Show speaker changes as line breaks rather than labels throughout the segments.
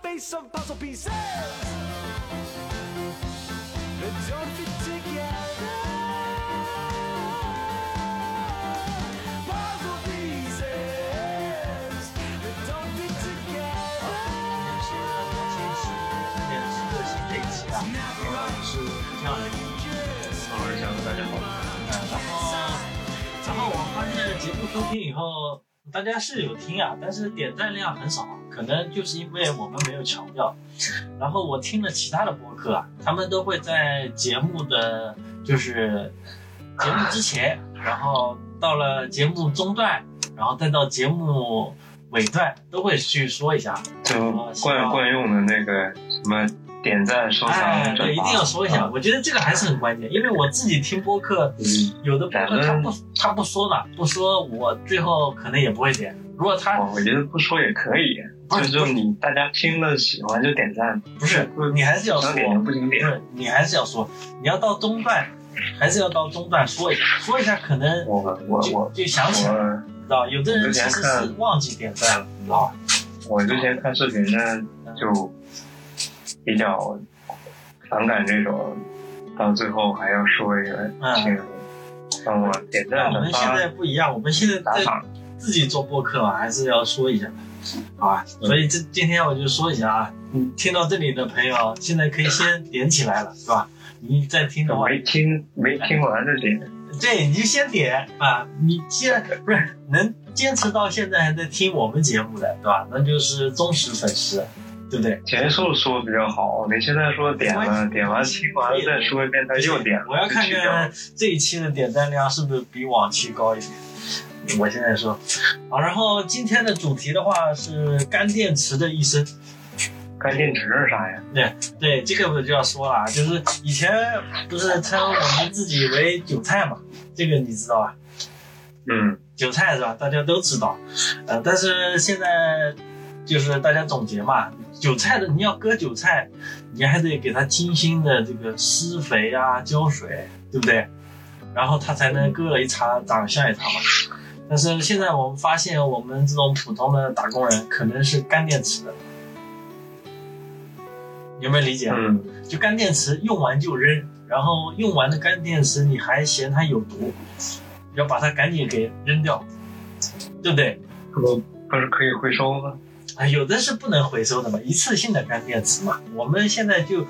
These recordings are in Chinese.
place of puzzle pieces that don't fit together. Puzzle pieces that don't fit together.
今天是最新这一期啊，然后我是陈向宇，我是向宇，大家好。然后，然后我发现节目出听以后，大家是有听啊，但是点赞量很少，可能就是因为我们没有强调。然后我听了其他的播客啊，他们都会在节目的就是节目之前，然后到了节目中段，然后再到节目尾段，都会去说一下。
就惯惯用的那个什么点赞、收
哎
藏、，转
对，一
发，
定要说一下，我觉得这个还是很关键，因为我自己听播客，
嗯，
有的播客他
咱们
不他不说嘛，不说我最后可能也不会点。如果他
我我觉得不说也可以，
不
就是是你大家听了喜欢就点赞，
不是，你还是要说
想，点就不想
不
点。
是，你还是要说，你要到中段，还是要到中段说一下，说一下可能
我我
就
我
就想起来了，
我
你知道，有的人其实是忘记点赞了，你知道吧？
我之前看视频呢，就比较反感这种到最后还要说一个这个，让我点
但嗯我
赞转
们现
发
在不一样，我们现在
打
在
赏。
自己做播客嘛，还是要说一下的，好吧？
嗯
所以这今天我就说一下啊，嗯，听到这里的朋友现在可以先点起来了，是吧？你在听的话，
没听没听完就点，
对，你就先点啊，你既然不是能坚持到现在还在听我们节目的，对吧？那就是忠实粉丝，对不对？
前述说比较好，你现在说点了，点完听完了再说一遍，他又点了，
我要
就
看
取消了
看这一期的点赞量是不是比往期高一点。我现在说，好，然后今天的主题的话是干电池的一生。
干电池是啥呀？
对，这个我就要说了，啊，就是以前不是称我们自己为韭菜嘛，这个你知道吧？
嗯，
韭菜是吧？大家都知道，呃，但是现在就是大家总结嘛，韭菜的你要割韭菜，你还得给它精心的这个施肥啊、浇水，对不对？然后它才能割了一茬长像一茬嘛。但是现在我们发现，我们这种普通的打工人可能是干电池的，你有没有理解？啊
嗯，
就干电池用完就扔，然后用完的干电池你还嫌它有毒，要把它赶紧给扔掉，对不对？
不不是可以回收吗？
啊，有的是不能回收的嘛，一次性的干电池嘛。我们现在就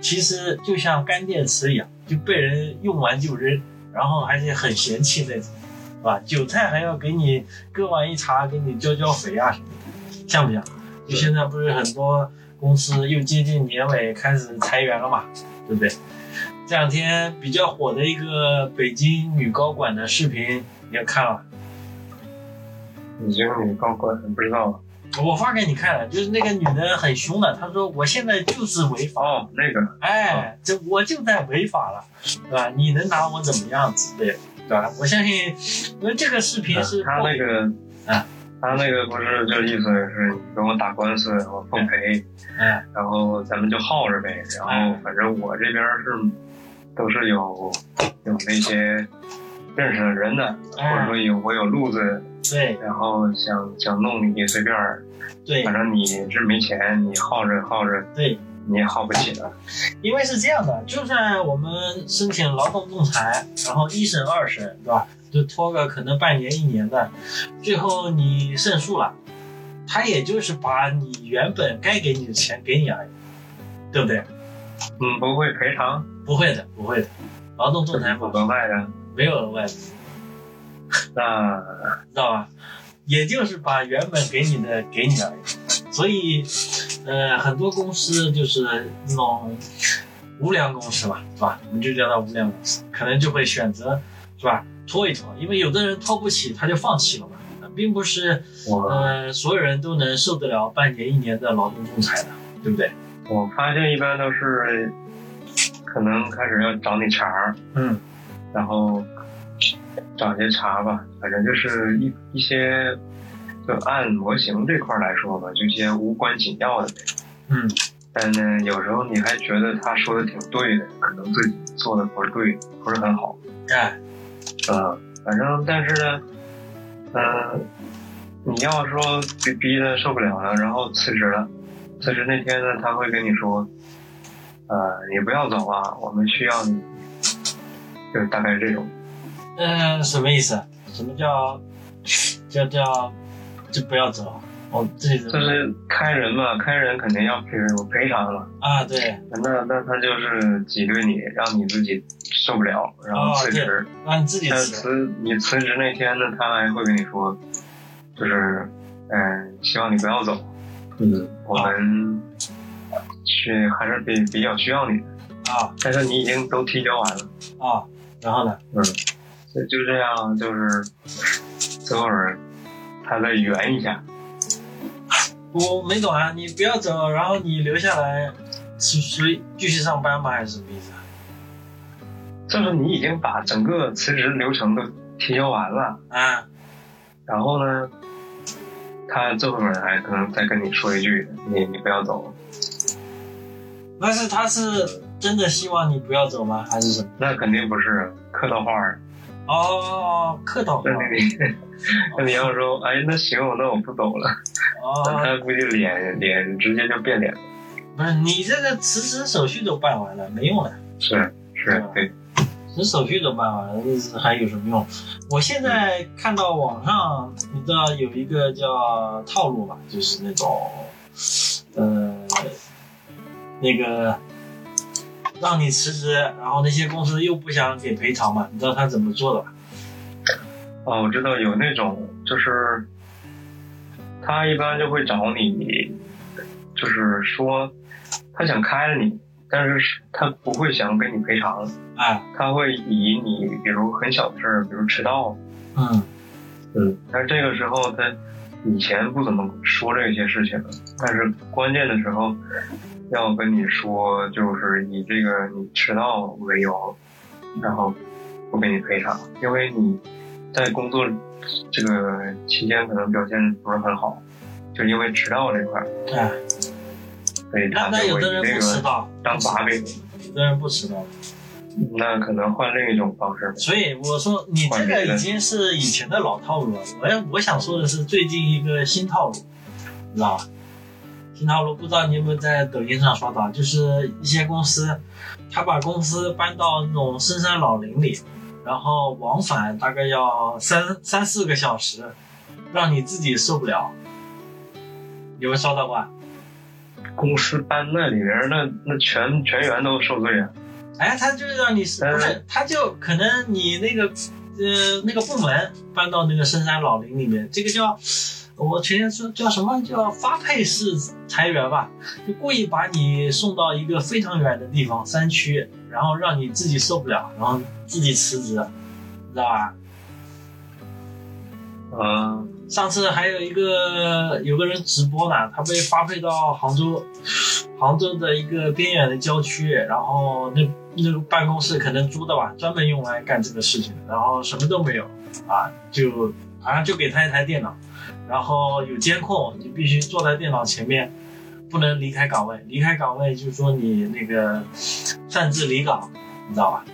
其实就像干电池一样，就被人用完就扔，然后还是很嫌弃那种，是吧？韭菜还要给你割完一茬，给你浇浇肥啊什么的，像不像？就现在不是很多公司又接近年尾开始裁员了嘛，对不对？这两天比较火的一个北京女高管的视频，你也看了吧？
已经你高管不知道了。
我发给你看了，就是那个女的很凶的，她说我现在就是违法，
哦，那个，嗯
哎，这我就在违法了，对吧？你能拿我怎么样之类的，对吧？我相信，因为这个视频是
嗯他那个，
啊
他那个不是就意思是你跟我打官司，我奉陪，
哎，
然后咱们就耗着呗。然后反正我这边是都是有有那些认识的人的，或者
哎
说有我有路子，
对
然后想想弄你随便儿，
对
反正你是没钱，你耗着耗着
对，
你也耗不起了。
因为是这样的，就算我们申请劳动仲裁，然后一审、二审，对吧？就拖个可能半年、一年的，最后你胜诉了，他也就是把你原本该给你的钱给你而已，对不对？
嗯，不会赔偿，
不会的，不会的，劳动仲裁
不
法
额外的。
没有额外的，知
那
道吧？也就是把原本给你的给你而已。所以，呃，很多公司就是那种无良公司嘛，是吧？我们就叫它无良公司，可能就会选择，是吧？拖一拖，因为有的人拖不起，他就放弃了嘛，呃并不是
我
呃所有人都能受得了半年一年的劳动仲裁的，对不对？
我发现一般都是，可能开始要找你茬儿，
嗯，
然后找些茬吧，反正就是一一些，就按模型这块儿来说吧，就一些无关紧要的。
嗯，
但呢，有时候你还觉得他说的挺对的，可能自己做的不是对，不是很好。
哎，
嗯，反正但是呢，呃嗯、你要说逼逼的受不了了，然后辞职了，就是那天呢，他会跟你说，呃，你不要走啊，我们需要你，就是大概这种。
嗯，什么意思？什么叫叫叫就不要走？我自己怎
就
么
是开人嘛，开人肯定要赔赔偿了。
啊？对，
那那他就是挤兑你，让你自己受不了，然后辞职。
让你自己
但
吃。
呃辞你辞职那天呢，他还会跟你说，就是嗯、希望你不要走，
嗯
我们去还是比比较需要你的。
啊
但是你已经都提交完了，
啊，然后呢？
嗯，就就这样，就是最后他再圆一下，
我没懂啊，你不要走，然后你留下来，是谁继续上班吗？还是什么意思啊？
就是你已经把整个辞职流程都提交完了。
啊
然后呢，他这会儿还可能再跟你说一句：“你你不要走。
但是他是真的希望你不要走吗？还是什么？”
那肯定不是客套话儿。
哦，客套话
那。你那你要说：“哎，那行，那我不走了。”那
哦，
他估计脸脸直接就变脸了。
不是，你这个辞职手续都办完了，没用了。
是是，对，
你手续都办完了，那是还有什么用？我现在看到网上，你知道有一个叫套路嘛，就是那种，呃，那个让你辞职，然后那些公司又不想给赔偿嘛，你知道他怎么做的吧？
哦，我知道有那种就是，他一般就会找你，就是说他想开了你，但是他不会想给你赔偿，
哎，
他会以你比如很小的事儿，比如迟到。
嗯，
嗯，但是这个时候他以前不怎么说这些事情，但是关键的时候要跟你说，就是以这个你迟到为由，然后不给你赔偿，因为你在工作这个期间可能表现不是很好，就因为迟到这块儿，
哎，
所以
那
他
那
就
有
会
的
以
人
这
不迟
个
到，
当把柄，
有的人不迟到，
那可能换另一种方式。
所以我说你这个已经是以前的老套路了。我要我想说的是最近一个新套路，你知道吧？新套路不知道你有没有在抖音上刷到，就是一些公司，他把公司搬到那种深山老林里，然后往返大概要三三四个小时，让你自己受不了。有没有刷到过啊？
公司搬那里边儿，那那全全员都受罪啊！
哎，他就是让你是不是，他就可能你那个呃那个部门搬到那个深山老林里面，这个叫我前天说叫什么叫发配式裁员吧，就故意把你送到一个非常远的地方山区，然后让你自己受不了，然后自己辞职，你知道吧？
啊，
上次还有一个有个人直播呢，他被发配到杭州，杭州的一个边远的郊区，然后那那个办公室可能租的吧，专门用来干这个事情的，然后什么都没有啊，就好像就给他一台电脑，然后有监控，你必须坐在电脑前面，不能离开岗位，离开岗位就说你那个擅自离岗，你知道吧？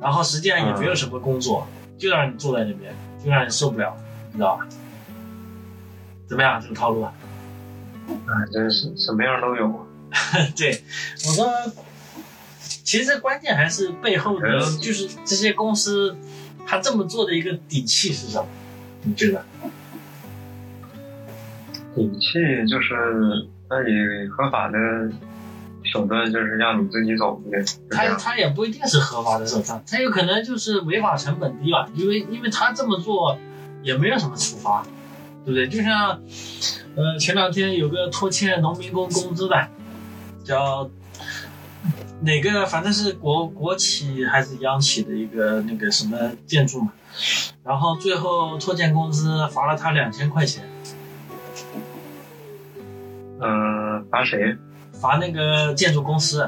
然后实际上也没有什么工作，就让你坐在那边，就让你受不了。你知道吧？怎么样，这个套路啊？
哎，真是什么样都有啊。
对，我说，其实关键还是背后的，
嗯
就是这些公司他这么做的一个底气是什么？你觉得？
底气就是那以合法的手段，就是让你自己走出去，就这
他
样。
他也不一定是合法的手段，他有可能就是违法成本低吧，因为因为他这么做也没有什么处罚，对不对？就像，呃，前两天有个拖欠农民工工资的，叫哪个，反正是国国企还是央企的一个那个什么建筑嘛，然后最后拖欠工资罚了他两千块钱，
嗯、罚谁
罚那个建筑公司，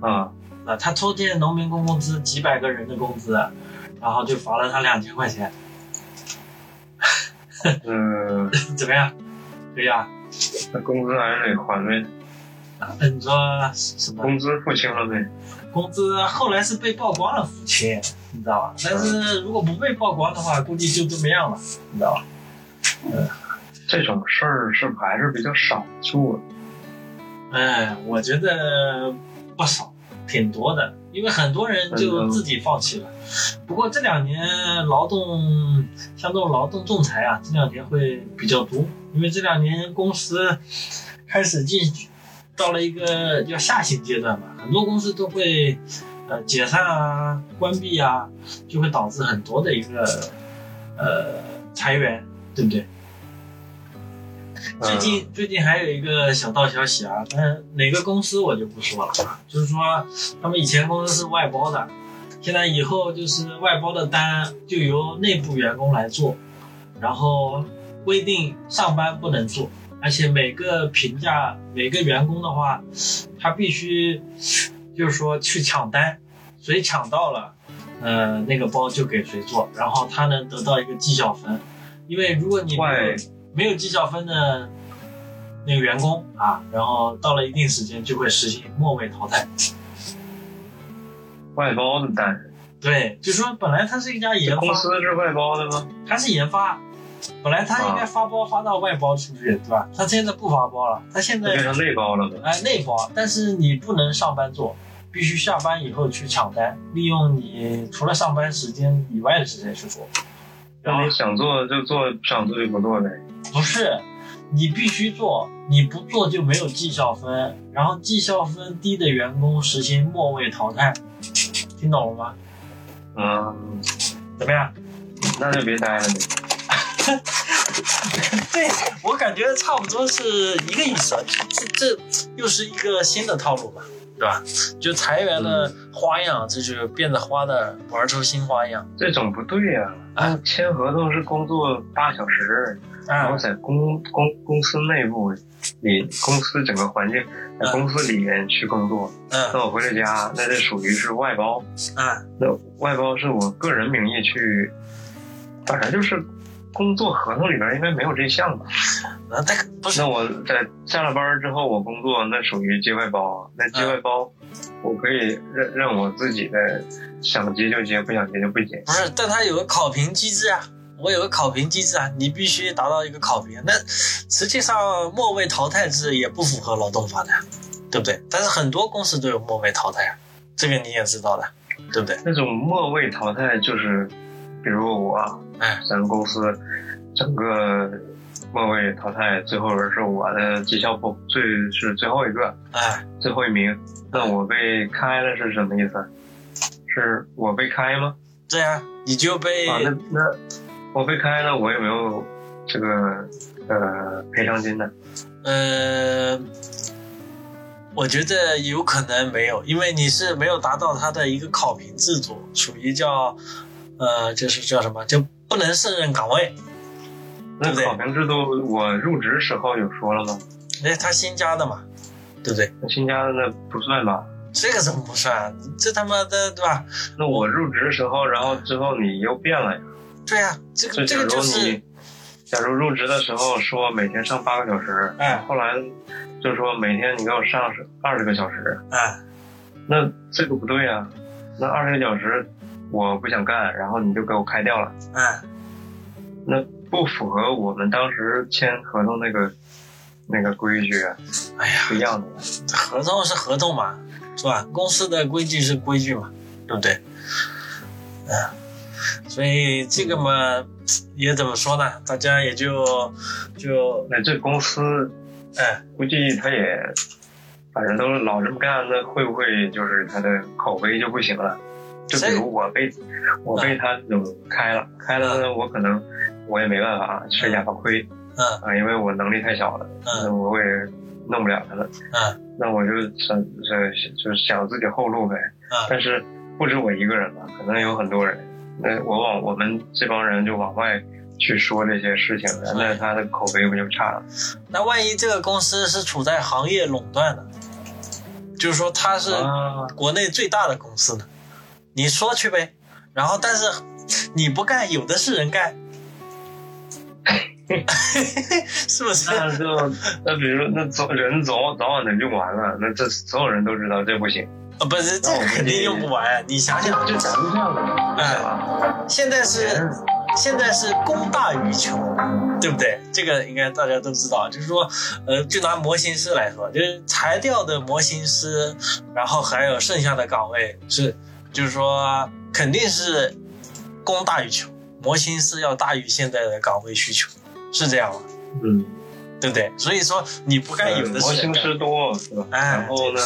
啊？
啊，他拖欠农民工工资几百个人的工资，啊然后就罚了他两千块钱，
嗯、
怎么样？对呀、
那工资还是得还呗，
啊，那你说什么？
工资付清了呗。
工资后来是被曝光了父亲，你知道吧？但是如果不被曝光的话，估计就这么样了，你知道吧？
这种事儿是不是还是比较少做的？
哎，我觉得不少，挺多的，因为很多人就自己放弃了。不过这两年劳动，像这种劳动仲裁啊，这两年会比较多，因为这两年公司开始进到了一个叫下行阶段吧，很多公司都会呃解散啊、关闭啊，就会导致很多的一个呃裁员，对不对？最近最近还有一个小道消息啊，但是哪个公司我就不说了，啊，就是说他们以前公司是外包的，现在以后就是外包的单就由内部员工来做，然后规定上班不能做，而且每个评价每个员工的话，他必须就是说去抢单，谁抢到了，呃，那个包就给谁做，然后他能得到一个绩效分，因为如果你没
嗯，
有
外
没有绩效分的那个员工啊，然后到了一定时间就会实行末位淘汰。
呃外包的单，
对，就说本来它是一家研
这公
发，
司是外包的吗？
它是研发，本来它应
啊
该发包发到外包出去，对吧？它现在不发包了，它现
就变
在
成内包了吗？
哎内包，但是你不能上班做，必须下班以后去抢单，利用你除了上班时间以外的时间去做。然后
那你想做就做，不想做就不做呗。
不是，你必须做，你不做就没有绩效分，然后绩效分低的员工实行末位淘汰，听懂了吗？
嗯，
怎么样？
那就别待了呗。
对我感觉差不多是一个意思，啊这这又是一个新的套路嘛，对吧？就裁员的花样，这就变着花的玩出新花样
这种不对呀、
啊
签合同是工作八小时，然后
啊！
在公公公司内部里，公司整个环境，在公司里面去工作。
嗯
那我回了家，那这属于是外包。
啊
那外包是我个人名义去，反正就是工作合同里边应该没有这项吧？
啊，这个不是
那我在下了班之后我工作，那属于接外包。啊那接外包，我可以任任我自己的，想接就接，不想接就不接。
不是，但它有个考评机制啊，我有个考评机制啊，你必须达到一个考评。那实际上末位淘汰制也不符合劳动法的，对不对？但是很多公司都有末位淘汰，这个你也知道的，对不对？
那种末位淘汰就是，比如我啊，
哎
咱们公司整个末位淘汰，最后是我的绩效不最是最后一个，
哎，
最后一名。那我被开了是什么意思？啊是我被开吗？
对啊，你就被、
啊，那那我被开了，我也没有这个呃赔偿金的。
呃，我觉得有可能没有，因为你是没有达到它的一个考评制度，属于叫呃，就是叫什么，就不能胜任岗位。对
那
不对
考评制度，我入职时候有说了吗？
那他新加的嘛，对不对？
那新加的那不算吧？
这个怎么不算？啊这他妈的，对吧？
那我入职时候，然后之后你又变了呀。
对呀、这个
就
这
假
个
如
就
你
是，，
假如入职的时候说每天上八个小时，
哎
后来就说每天你给我上二十个小时，
哎，
那这个不对呀、那二十个小时我不想干，然后你就给我开掉了，
哎，
那不符合我们当时签合同那个那个规矩，啊
哎呀，
不一样的呀。
合同是合同嘛，是吧？公司的规矩是规矩嘛，对不对？嗯，所以这个嘛，也怎么说呢？大家也就就
那这公司
哎，
估计他也。反正都老这么干，那会不会就是他的口碑就不行了？就比
这
如我被我被他这种开了，开了呢，我可能我也没办法吃哑巴亏
嗯
啊，因为我能力太小了，那
嗯
我也弄不了他了。
嗯
那我就想想就是想自己后路呗。
嗯
但是不止我一个人吧，可能有很多人。那我往我们这帮人就往外去说这些事情，那他的口碑不就差了？
那万一这个公司是处在行业垄断的，就是说它是
啊，
国内最大的公司呢？你说去呗。然后，但是你不干，有的是人干， 是不是？
那就那比如那总人总早晚得用完了，那这所有人都知道这不行。
呃，不是，这
那我
个
们
肯定
得
用不完。你想想，
就咱们这样的，
哎现在是
钱
现在是供大于求，对不对？这个应该大家都知道。就是说，呃，就拿模型师来说，就是裁掉的模型师，然后还有剩下的岗位是，就是说肯定是供大于求，模型师要大于现在的岗位需求，是这样吗？
嗯，
对不对？所以说你不该有的
模
是
型
干
师多是吧？
哎
然后呢，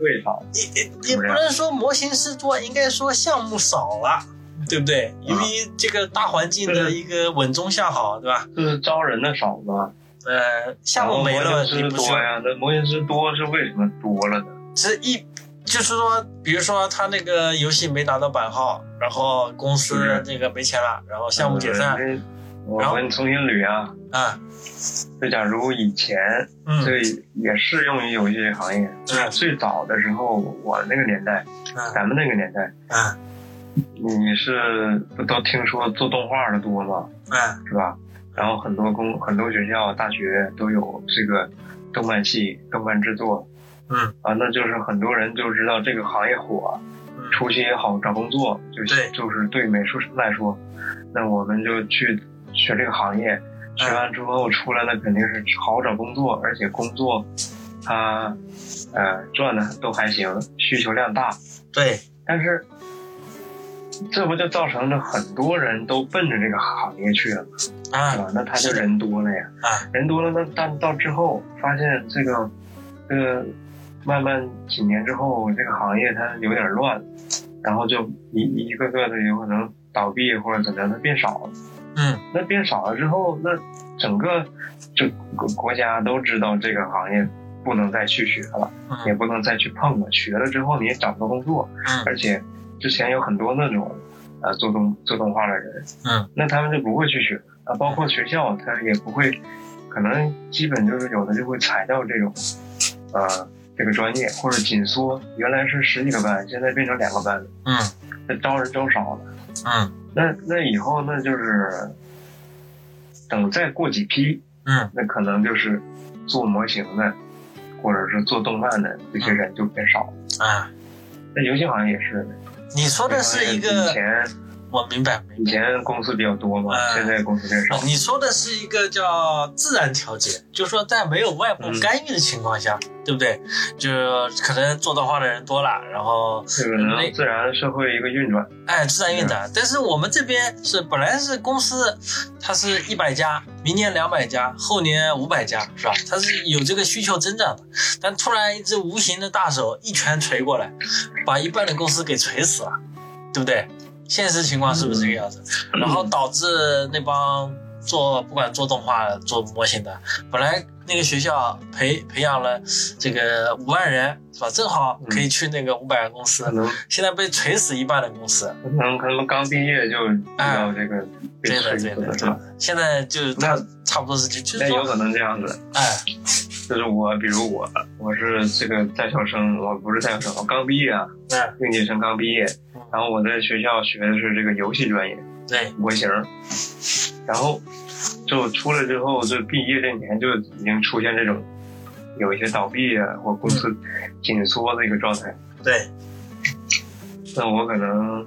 贵少，
也也也不能说模型师多，应该说项目少了，对不对？由于这个大环境的一个稳中向好，对吧？
就是招人的少嘛。
呃，项
然后
目没了，
模
你
型师
不
多
需要，
呀？那模型师多是为什么多了呢？
只一就是说，比如说他那个游戏没拿到版号，然后公司
是
那个没钱了，然后项目解散
嗯。我
然后
们重新捋啊，
啊，
就假如以前，
嗯
这也适用于游戏行业。就是最早的时候，我那个年代，
啊
咱们那个年代，
啊
你是不都听说做动画的多吗？
啊
是吧？然后很多公很多学校、大学都有这个动漫系、动漫制作
嗯
啊，那就是很多人就知道这个行业火，
嗯
出去也好找工作，就
对
就是对美术生来说，那我们就去学这个行业，
嗯
学完之后出来那肯定是好找工作，而且工作他呃赚的都还行，需求量大，
对
但是这不就造成了很多人都奔着这个行业去了吗？
啊
对吧？那他
是
就
的
人多了呀，
啊
人多了，那但到之后发现这个，这个慢慢几年之后，这个行业它有点乱，然后就一一个个的有可能倒闭或者怎么样，它变少了。
嗯
那变少了之后，那整个就国国家都知道这个行业不能再去学了，也
嗯
不能再去碰了。学了之后你也找不到工作，
嗯
而且之前有很多那种呃做动做动画的人，
嗯，
那他们就不会去学啊，包括学校他也不会，可能基本就是有的就会裁掉这种，呃，这个专业或者紧缩，原来是十几个班，现在变成两个班了，
嗯
那招人招少了，
嗯
那那以后那就是等再过几批，
嗯
那可能就是做模型的或者是做动漫的
嗯
这些人就变少了。
啊，
那游戏好像也是，
你说的是一
以
个，
前
我明白明
以
白。
前公司比较多嘛，
嗯
现在公司变少
哦。你说的是一个叫自然调节，就是说在没有外部
嗯
干预的情况下，对不对？就可能做动画的人多了，然后
这个能自然社会一个运转，
哎自然运转。但是我们这边是本来是公司，它是一百家，明年两百家，后年五百家，是吧？它是有这个需求增长的，但突然一只无形的大手一拳锤过来，把一半的公司给锤死了，对不对？现实情况是不是这个样子？然后导致那帮做不管做动画、做模型的，本来那个学校培培养了这个五万人，是吧？正好可以去那个五百人公司，
可能
现在被锤死一半的公司。
可能他们刚毕业就遇到这个被
嗯对的，
催
对
促
的，
的是
对
吧？
的。现在就是差差不多是就就
那
是
有
说，
可能这样子，
哎，
就是我，比如我，我是这个在校生，我不是在校生，我刚毕业啊，
嗯，
应届生刚毕业，然后我在学校学的是这个游戏专业
对，
模型，然后就出来之后，就毕业这年就已经出现这种有一些倒闭啊或公司
嗯
紧缩的一个状态。
对，
那我可能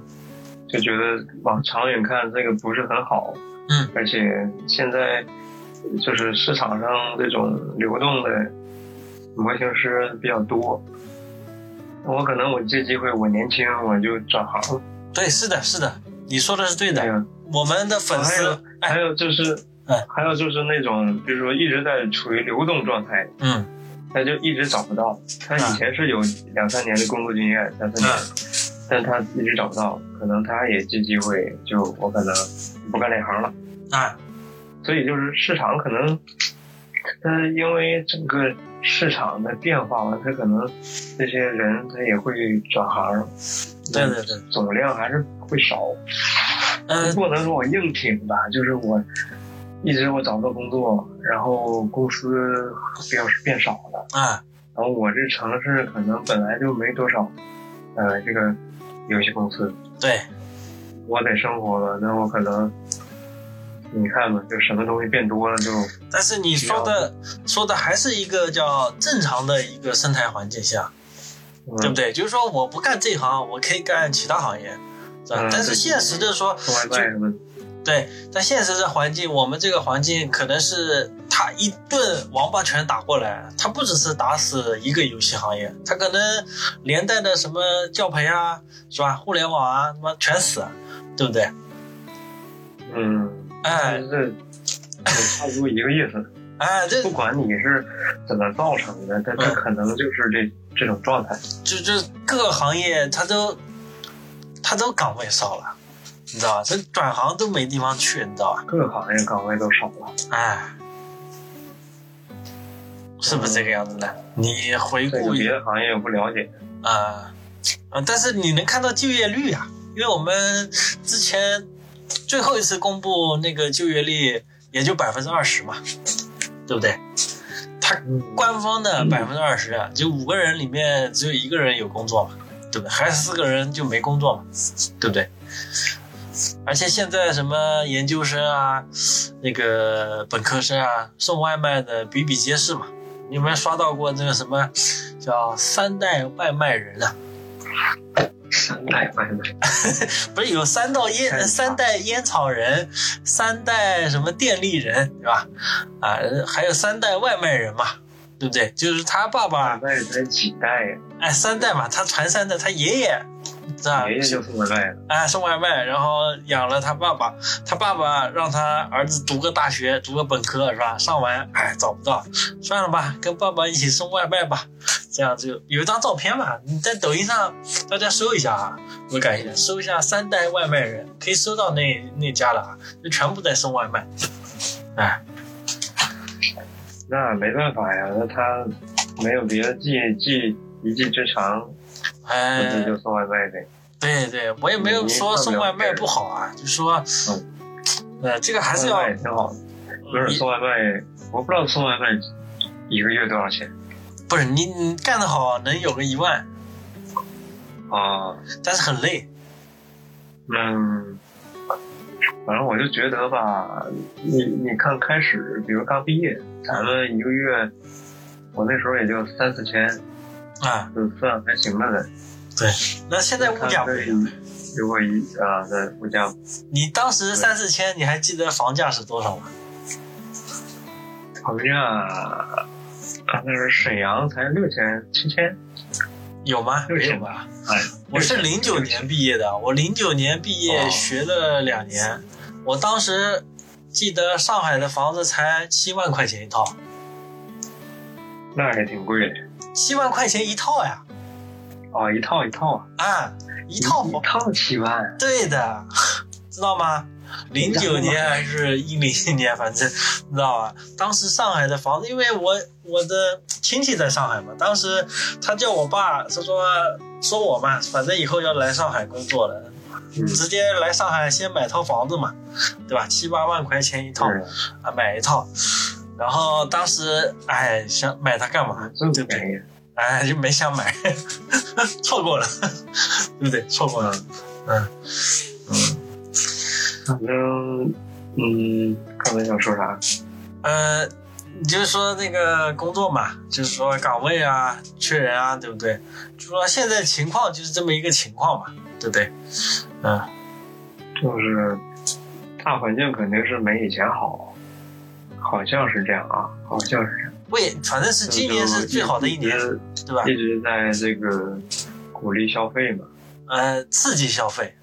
就觉得往长远看这个不是很好，
嗯，
而且现在就是市场上这种流动的模型师比较多，我可能我这机会我年轻我就转行，
对，是的，是的，你说的是对
哎
的。
呀，
我们的粉
还有
丝，哎，
哦还有就是
哎。
还有就是那种，比如说一直在处于流动状态，
嗯
他就一直找不到。他
啊
以前是有两三年的工作经验，三四
嗯
年，但他一直找不到，可能他也这机会就我可能不干这行了。
啊，
所以就是市场可能，它因为整个市场的变化，它可能这些人他也会转行，
对对对，
总量还是会少。
嗯
不能说我硬挺吧，就是我一直我找不到工作，然后公司变变少了，
啊，
然后我这城市可能本来就没多少，呃，这个游戏公司，
对，
我得生活了，那我可能。你看吧，就什么东西变多了就
但是你说的说的还是一个叫正常的一个生态环境下，
嗯
对不对？就是说我不干这行，我可以干其他行业，是吧？
嗯
但是现实就是说，
送外卖什么的，
对，在现实这环境，我们这个环境可能是他一顿王八拳打过来，他不只是打死一个游戏行业，他可能连带的什么教培啊，是吧？互联网啊，他妈全死，对不对？
嗯，
哎
但是差不多一个意 思。
哎，这
不管你是怎么造成的，但它
嗯
可能就是这这种状态。
就就各个行业他都他都岗位少了，你知道吧？这转行都没地方去，你知道吧？
各行业岗位都少了，
哎，是不是这个样子的？你回
嗯对
顾一
别的行业也不了解。
啊、啊！但是你能看到就业率啊，因为我们之前最后一次公布那个就业率也就百分之二十嘛，对不对？
嗯，
官方的
嗯
百分之二十，啊就五个人里面只有一个人有工作嘛，对不对？还有四个人就没工作嘛，对不对？而且现在什么研究生啊，那个本科生啊，送外卖的比比皆是嘛。你有没有刷到过那个什么叫“三代外卖人”啊？
三代外 卖，
不是有三道
三
烟
代
三代烟草人，三代什么电力人是吧？啊，还有三代外卖人嘛，对不对？就是他爸爸
外卖才几代呀？
哎，三代嘛，他传三代，他爷爷，知道吧
爷爷就送外卖了。
哎送外卖，然后养了他爸爸，他爸爸让他儿子读个大学，读个本科是吧？上完哎找不到，算了吧，跟爸爸一起送外卖吧，这样就有一张照片嘛，你在抖音上大家搜一下啊，我感谢搜一下三代外卖人，可以搜到那那家了啊，就全部在送外卖，哎。
那没办法呀，那他没有别的技技一技之长，那
哎
他，就送外卖呗。
对对，我也没有说送外卖不好啊，就说，呃，这个还是
嗯送
要嗯
外卖也挺好的，不是
你
送外卖，我不知道送外卖一个月多少钱
不是你你干得好能有个一万，
啊？
但是很累。
嗯，反正我就觉得吧，你你看开始，比如刚毕业，咱们一个月，我那时候也就三四千，
啊，
就算还行的了。
那现在物价不一样，
如果一啊，对，物价
你当时三四千，你还记得房价是多少吗？
房价，啊那时候沈阳才六千七千，
有吗？
六
没
千
有吧？
哎，
我是零九年毕业的，我零九年毕业
哦
学了两年，我当时记得上海的房子才七万块钱一套，
那也挺贵的
七万块钱一套呀，
哦，一套一套啊，
啊，一套
一
房，
套七万，
对的，知道吗？零九年还是一零年，反正你知道吧？当时上海的房子，因为我我的亲戚在上海嘛，当时他叫我爸，他说说我嘛，反正以后要来上海工作了，
嗯，
直接来上海先买套房子嘛，对吧？七八万块钱一套
是
啊，买一套。然后当时哎，想买它干嘛？对
这么
不对？
便宜，
哎，就没想买， 错过了， 对不对？错过了。
反正嗯，刚才想说啥？
呃，你就是说那个工作嘛，就是说岗位啊，缺人啊，对不对？就说现在情况就是这么一个情况嘛，对不对？嗯、
就是大环境肯定是没以前好，好像是这样啊，好像是这样。
为反正是今年是最好的一年，
就
对吧
一直，？一直在这个鼓励消费嘛，
呃，刺激消费，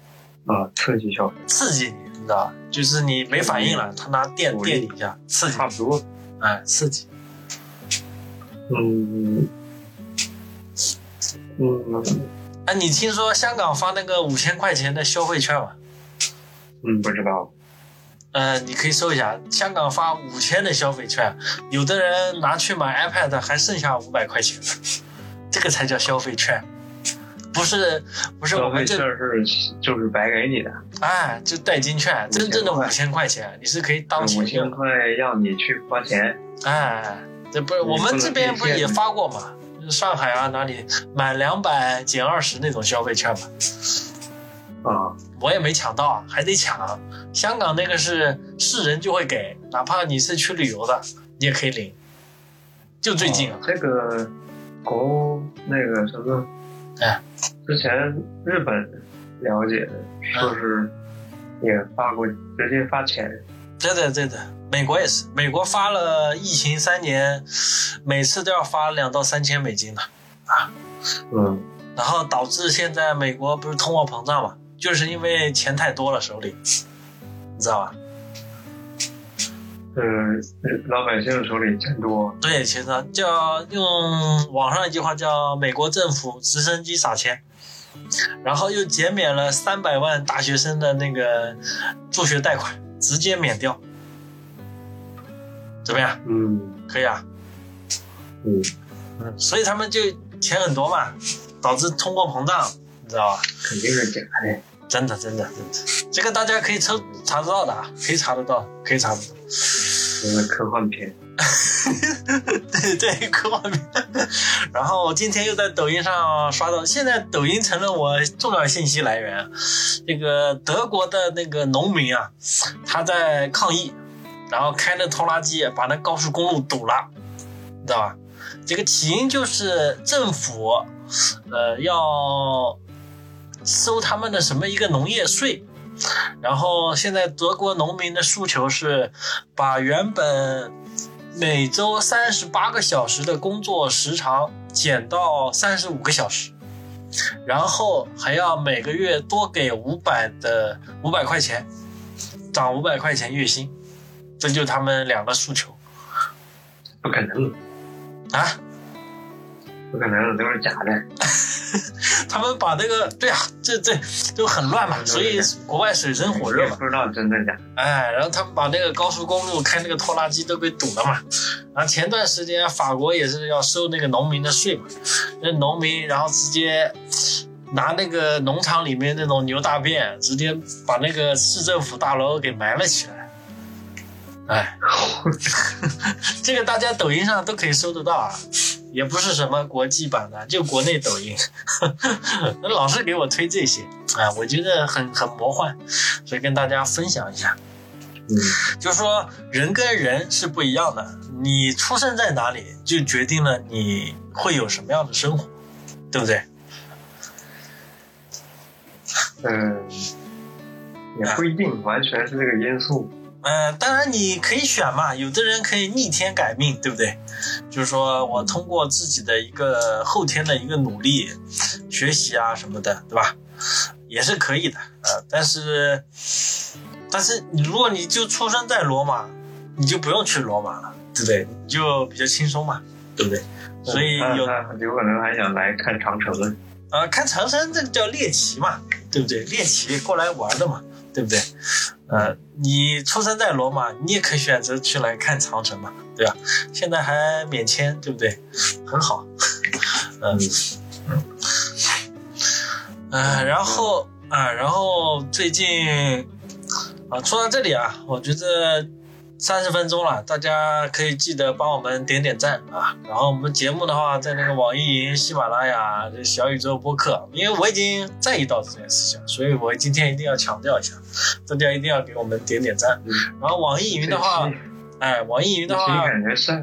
啊，刺激消费，
刺激你，你知道吧？就是你没反应了，他拿电
鼓励
电你一下，刺激
差，不多。
哎、刺激，
嗯嗯
哎、你听说香港发那个五千块钱的消费券吗？
嗯，不知道。
呃，你可以搜一下，香港发五千的消费券，有的人拿去买 iPad 还剩下五百块钱， 这个才叫消费券，不是不是我
消费
们
券
这
是就是白给你的，
哎，就代金券，
5000
真正的五
块
千块钱你是可以当
五
钱
千
用的，
块让你去花钱。
哎，这不是
你
我
不
们
能
这边
变
不是
现
也
的
发过吗？上海啊哪里满两百减二十那种消费券嘛，
啊，
我也没抢到啊，还得抢啊。香港那个是是人就会给，哪怕你是去旅游的，你也可以领，就最近啊。
这个国那个什么，
哎，嗯
之前日本了解的，说是也发过，直接发钱。
对的，对的，美国也是，美国发了疫情三年，每次都要发两到三千美金的，
嗯，
然后导致现在美国不是通货膨胀嘛，就是因为钱太多了手里，你知道吧？
就是呃老百姓手里钱多，
对，其实它叫用网上一句话叫美国政府直升机撒钱，然后又减免了三百万大学生的那个助学贷款，直接免掉，怎么样？
嗯
可以啊，
嗯，
嗯，所以他们就钱很多嘛，导致通货膨胀，你知道吧？
肯定是假的。
真的，真的，真的，这个大家可以查查得到的啊，可以查得到，可以查得到。
一个嗯科幻片，
对 对，科幻片。然后我今天又在抖音上刷到，现在抖音成了我重要信息来源。这个德国的那个农民啊，他在抗议，然后开着拖拉机把那高速公路堵了，你知道吧？这个起因就是政府，呃，要收他们的什么一个农业税。然后现在德国农民的诉求是，把原本每周三十八个小时的工作时长减到三十五个小时，然后还要每个月多给五百的五百块钱，涨五百块钱月薪，这就是他们两个诉求
不可能，
啊。
不可能，都是假的。
他们把那个对啊，这这就很乱嘛，所以国外水深火热嘛
也。不知道真的假的。
哎，然后他们把那个高速公路开那个拖拉机都给堵了嘛。然后前段时间法国也是要收那个农民的税嘛，那农民然后直接拿那个农场里面那种牛大便，直接把那个市政府大楼给埋了起来。哎， 这个大家抖音上都可以搜得到啊，也不是什么国际版的，就国内抖音， 那老是给我推这些，哎，我觉得很很魔幻，所以跟大家分享一下。
嗯，
就是说人跟人是不一样的，你出生在哪里就决定了你会有什么样的生活，对不对？
嗯，也不一定，完全是这个因素。
嗯，当然你可以选嘛，有的人可以逆天改命，对不对？就是说我通过自己的一个后天的一个努力、学习啊什么的，对吧？也是可以的，呃，但是，但是你如果你就出生在罗马，你就不用去罗马了，对不对？你就比较轻松嘛，对不对？所以
他
有
嗯他有可能还想来看长城呢。
啊，看长城这个叫猎奇嘛，对不对？猎奇过来玩的嘛，对不对？呃，你出生在罗马，你也可以选择去来看长城嘛，对吧？现在还免签，对不对？很好，嗯嗯，呃，然后啊、然后最近啊，说到这里啊，我觉得三十分钟了，大家可以记得帮我们点点赞啊。然后我们节目的话，在那个网易云、喜马拉雅、这小宇宙播客，因为我已经在意到这件事情，所以我今天一定要强调一下，大家一定要给我们点点赞。
嗯
然后网易云的话
这期，
哎，网易云
这
的
期
话，
感觉上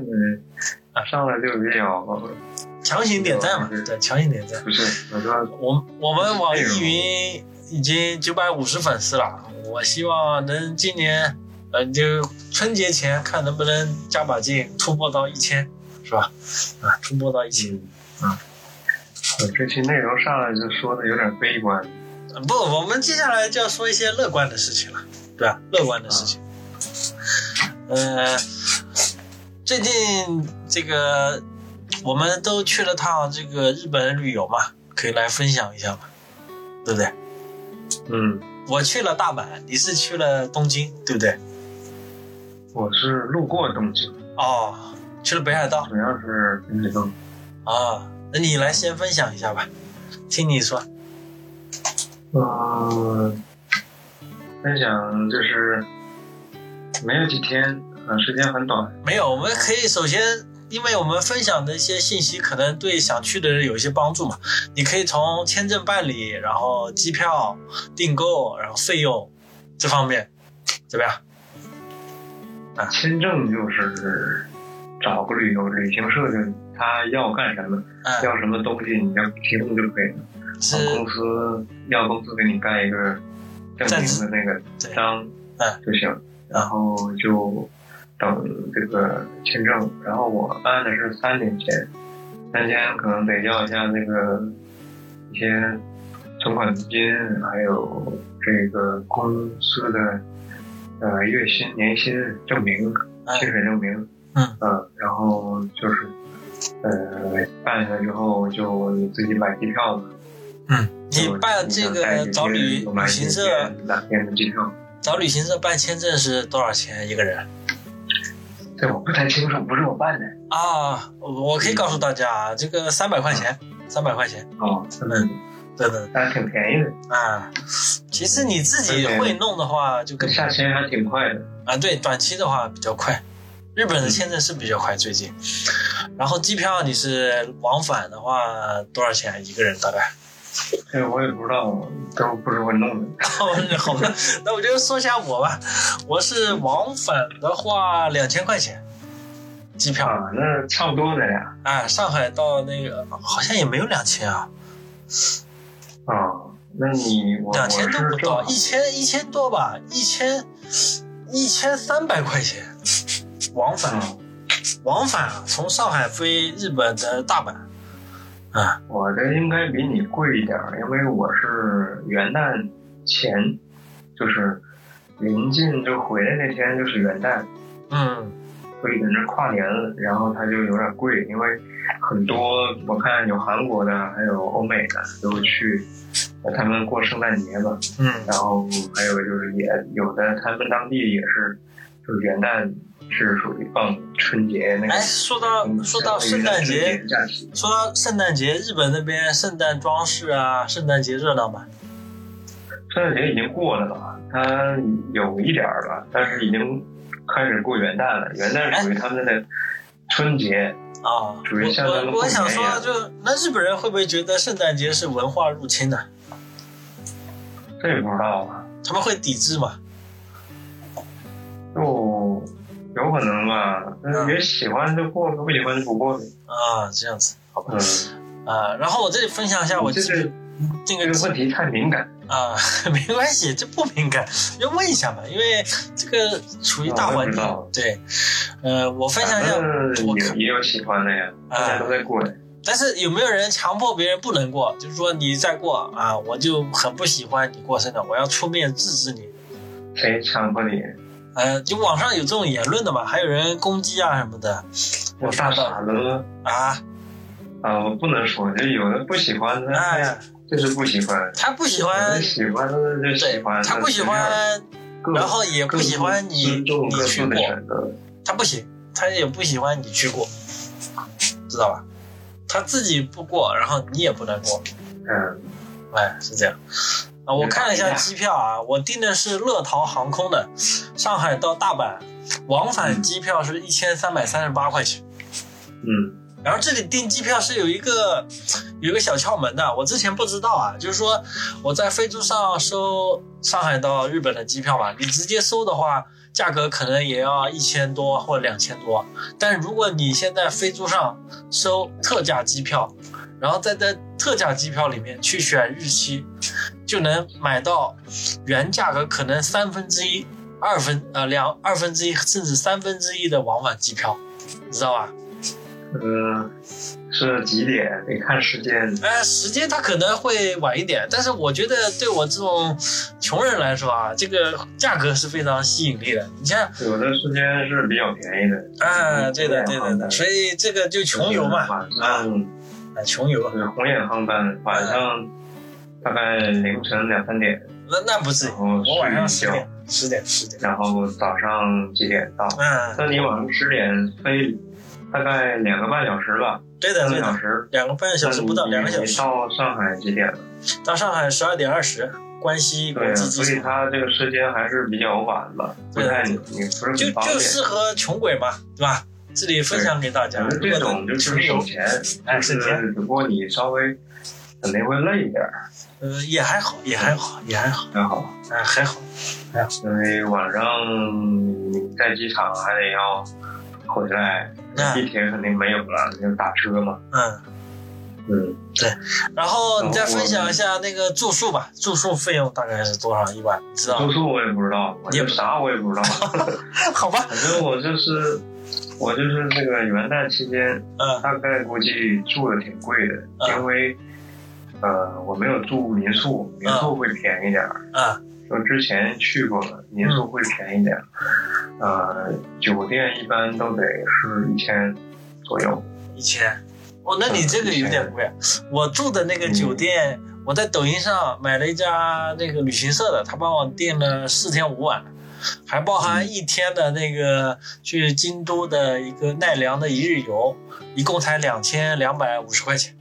来上来就比较
强行点赞嘛，对，强行点赞。
不是，我说
我我们网易云已经九百五十粉丝了，我希望能今年，呃，就春节前看能不能加把劲，突破到一千，是吧？啊，突破到一千、
嗯啊，我这期内容上来就说的有点悲观，
呃不，我们接下来就要说一些乐观的事情了，对吧？乐观的事情。呃，最近这个我们都去了趟这个日本旅游嘛，可以来分享一下嘛，对不对？
嗯，
我去了大阪，你是去了东京，对不对？
我是路过东京，
哦，去了北海道
主要是那个
啊。那你来先分享一下吧，听你说。
嗯，分享就是没有几天，呃，时间很短，
没有，我们可以首先，因为我们分享的一些信息可能对想去的人有一些帮助嘛。你可以从签证办理，然后机票订购，然后费用这方面怎么样？
签证就是找个旅游旅行社就他要干什么，
嗯，
要什么东西你要提供就可以了，
是
然后公司要公司给你盖一个证明的那个
对
章
嗯
啊就行，然后就等这个签证。然后我办的是三年签，三签可能得要一下那个一些存款金，还有这个公司的呃月薪、年薪证明、
嗯
薪水证明。
嗯
呃，然后就是呃办下来之后就你自己买机票了。
你办这个找旅旅行社，
哪天的机票？
找旅行社办签证是多少钱一个人？
这我不太清楚，不是我办的。
啊，我可以告诉大家啊，这个三百块钱，三百块钱，
哦，
嗯，对对
还挺便宜嗯的，
对啊。其实你自己会弄的话，就跟
下签还挺快的。
啊，对，短期的话比较快。日本的签证是比较快，最近。然后机票你是往返的话多少钱啊一个人大概？
这我也不知道，都不是我弄的。
好的，那我就说一下我吧。我是往返的话两千块钱，机票。
啊，那差不多的呀。
啊，上海到那个好像也没有两千啊，
啊，那你我
两千
我
都
是
不
正
到，一千一千多吧，一千一千三百块钱，往返、
嗯
往返啊，从上海飞日本的大阪，啊
我这应该比你贵一点儿，因为我是元旦前，就是临近就回来那天就是元旦，
嗯
所以在那跨年了，然后它就有点贵，因为很多我看有韩国的，还有欧美的都去，呃他们过圣诞节嘛，
嗯
然后还有就是也有的他们当地也是，就是元旦是属于放春节那个
哎，，说到
嗯
说到圣诞节，
假期，
说到圣诞节，日本那边圣诞装饰啊，圣诞节热闹吗？
圣诞节已经过了吧？它有一点儿了，但是已经开始过元旦了，元
哎
旦属于他们的春节，
啊，
属于像他们
我我我
过
想
年一
说，
样
就那日本人会不会觉得圣诞节是文化入侵呢、
这也不知道啊。
他们会抵制吗？
就有可能吧，但是也喜欢就过，不喜欢就不过呗。
啊，这样子，好吧
嗯，。
啊，然后我这里分享一下我
这
自
嗯是
己那
这
个
个问题太敏感，
啊， 没关系，这不敏感，要问一下嘛，因为这个处于大
啊我
环
也不知
境，
道
对，呃，我分享一下
咱们
我
也
看，
也有喜欢的呀，
啊
大家都在过呀。
但是有没有人强迫别人不能过？就是说你再过啊，我就很不喜欢你过生日，我要出面制止你。
谁强迫你？
呃，就网上有这种言论的嘛，还有人攻击啊什么的
我大傻子吗
啊，
啊！我不能说，就有的不喜欢的，哎呀
哎，，
就是不喜欢。
他不喜
有
欢
的，喜欢的就喜
对
欢，
他不喜欢，
各，
然后也
各
不喜欢你
尊重
你
各
去
自的
过，
选择。
他不行，他也不喜欢你去过，知道吧？他自己不过，然后你也不能过，
嗯，
哎，是这样。啊，我看了一下机票啊，我订的是乐桃航空的，上海到大阪往返机票是一千三百三十八块钱。
嗯，
然后这里订机票是有一个有一个小窍门的，我之前不知道啊，就是说我在飞猪上搜上海到日本的机票嘛，你直接搜的话，价格可能也要一千多或两千多，但如果你现在飞猪上搜特价机票，然后再在特价机票里面去选日期，就能买到原价格可能三分之一、二分呃两二分之一甚至三分之一的往返机票，你知道吧？
呃，是几点？得看时间。
呃，时间它可能会晚一点，但是我觉得对我这种穷人来说啊，这个价格是非常吸引力的。你像，
有的时间是比较便宜的。
啊，对的，
嗯
对的，对的所以这个就穷游嘛，
晚上
啊，穷游，
是红眼航班，晚上大概凌晨两三点，
那那不至于，
然后
我晚上十
睡一觉
点，，十点，十点，
然后早上几点到？
嗯，
那你晚上十点飞，大概两个半小时吧，
对的，
三
对
个小
的，
时。
两个半小时不到，
嗯
两个小时
那你到上海几点了？
到上海十二点二十，关西
嗯对
国
啊，
际
所
机
以
场，
它这个时间还是比较晚的，不太你你不是
就
很方
就
便。
适合穷鬼嘛，对吧？这里分享给大家，
反正
如
这
果
种就
能
是
穷
省
游，
钱，
哎，
就
省钱。
是只不过你稍微可能会累一点儿，
呃，也还好，也还好，也还好，
还好。
哎，还好。
因为晚上你在机场还得要回来，
那
地铁肯定没有了，就打车嘛。
嗯，
嗯，
对，然后你再分享一下那个住宿吧，住宿费用大概是多少一晚？你知道
住
吗？
宿我也不知道，我
你也
就
不知道
啥我也不知道，
嗯好吧，
反正我就是我就是那个元旦期间，
嗯
大概估计住的挺贵的，
嗯
因为呃我没有住民宿，民宿会便宜点儿，
嗯
就之前去过了，民宿会便宜点儿，呃酒店一般都得是一千左右，
一千。哦，那你这个有点贵。啊我住的那个酒店，我在抖音上买了一家那个旅行社的，他帮我订了四天五晚，还包含一天的那个去京都的一个奈良的一日游，一共才两千两百五十块钱，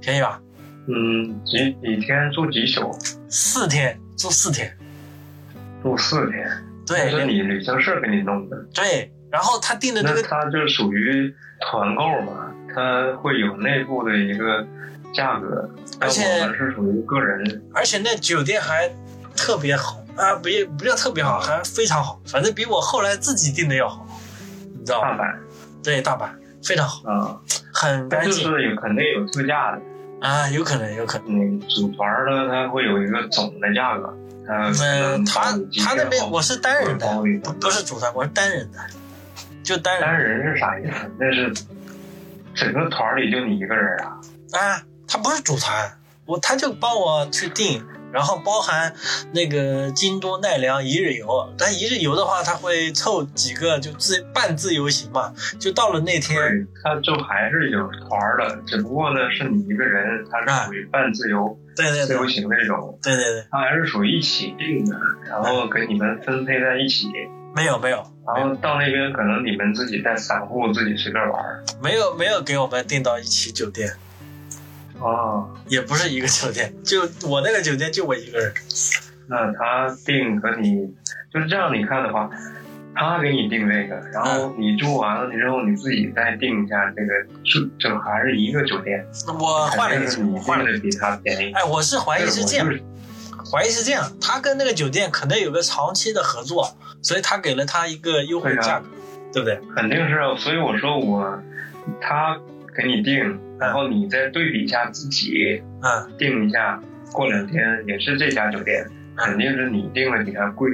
便宜吧？
嗯几几天住几宿，
四天住四天，
住四天，
对
那，是你旅行社给你弄的。
对，然后他订的这
那
个，
它就属于团购嘛，它会有内部的一个价格，
而
但
且
我们是属于个人，
而且那酒店还特别好啊，不也不叫特别好，还非常好，反正比我后来自己订的要好，你知道
大
吗？
阪
对，大阪非常好，
啊，
很
它
干
就
净
是有肯定有特价的，
啊，有可能，有可能。
你组团的它会有一个总的价格，它
嗯，他他那边我
是
是单人
包
的，
里
不不是主团，我是单人的，就单人
单人是啥意思？那是整个团里就你一个人啊，
啊，他不是主团，我他就帮我去订，然后包含那个京都奈良一日游，但一日游的话，他会凑几个就自半自由行嘛，就到了那天，
对，它就还是有团的，只不过呢是你一个人，它是属于半自由、
对啊对
自
对
由行那种。
对对对，
它还是属于一起定的，然后给你们分配在一起，
没有没有
然后到那边可能你们自己带散户自己随便玩儿。
没有没有给我们订到一起酒店，
哦，
也不是一个酒店，就我那个酒店就我一个人，
那他定和你就是这样，你看的话，他给你定这个，然
嗯
后你住完了之后你自己再定一下这个住，就还是一个酒店，
我啊换了一
肯
个酒店，
定是你
我换
定
了一个。
的比他便宜。
哎，我是怀疑是这样
我，就是
怀疑是这样，他跟那个酒店可能有个长期的合作，所以他给了他一个优惠价格，对不对？
肯定是啊，所以我说我他给你定，然后你再对比一下自己。
嗯，
定一下，过两天也是这家酒店，肯定是你定的比它贵。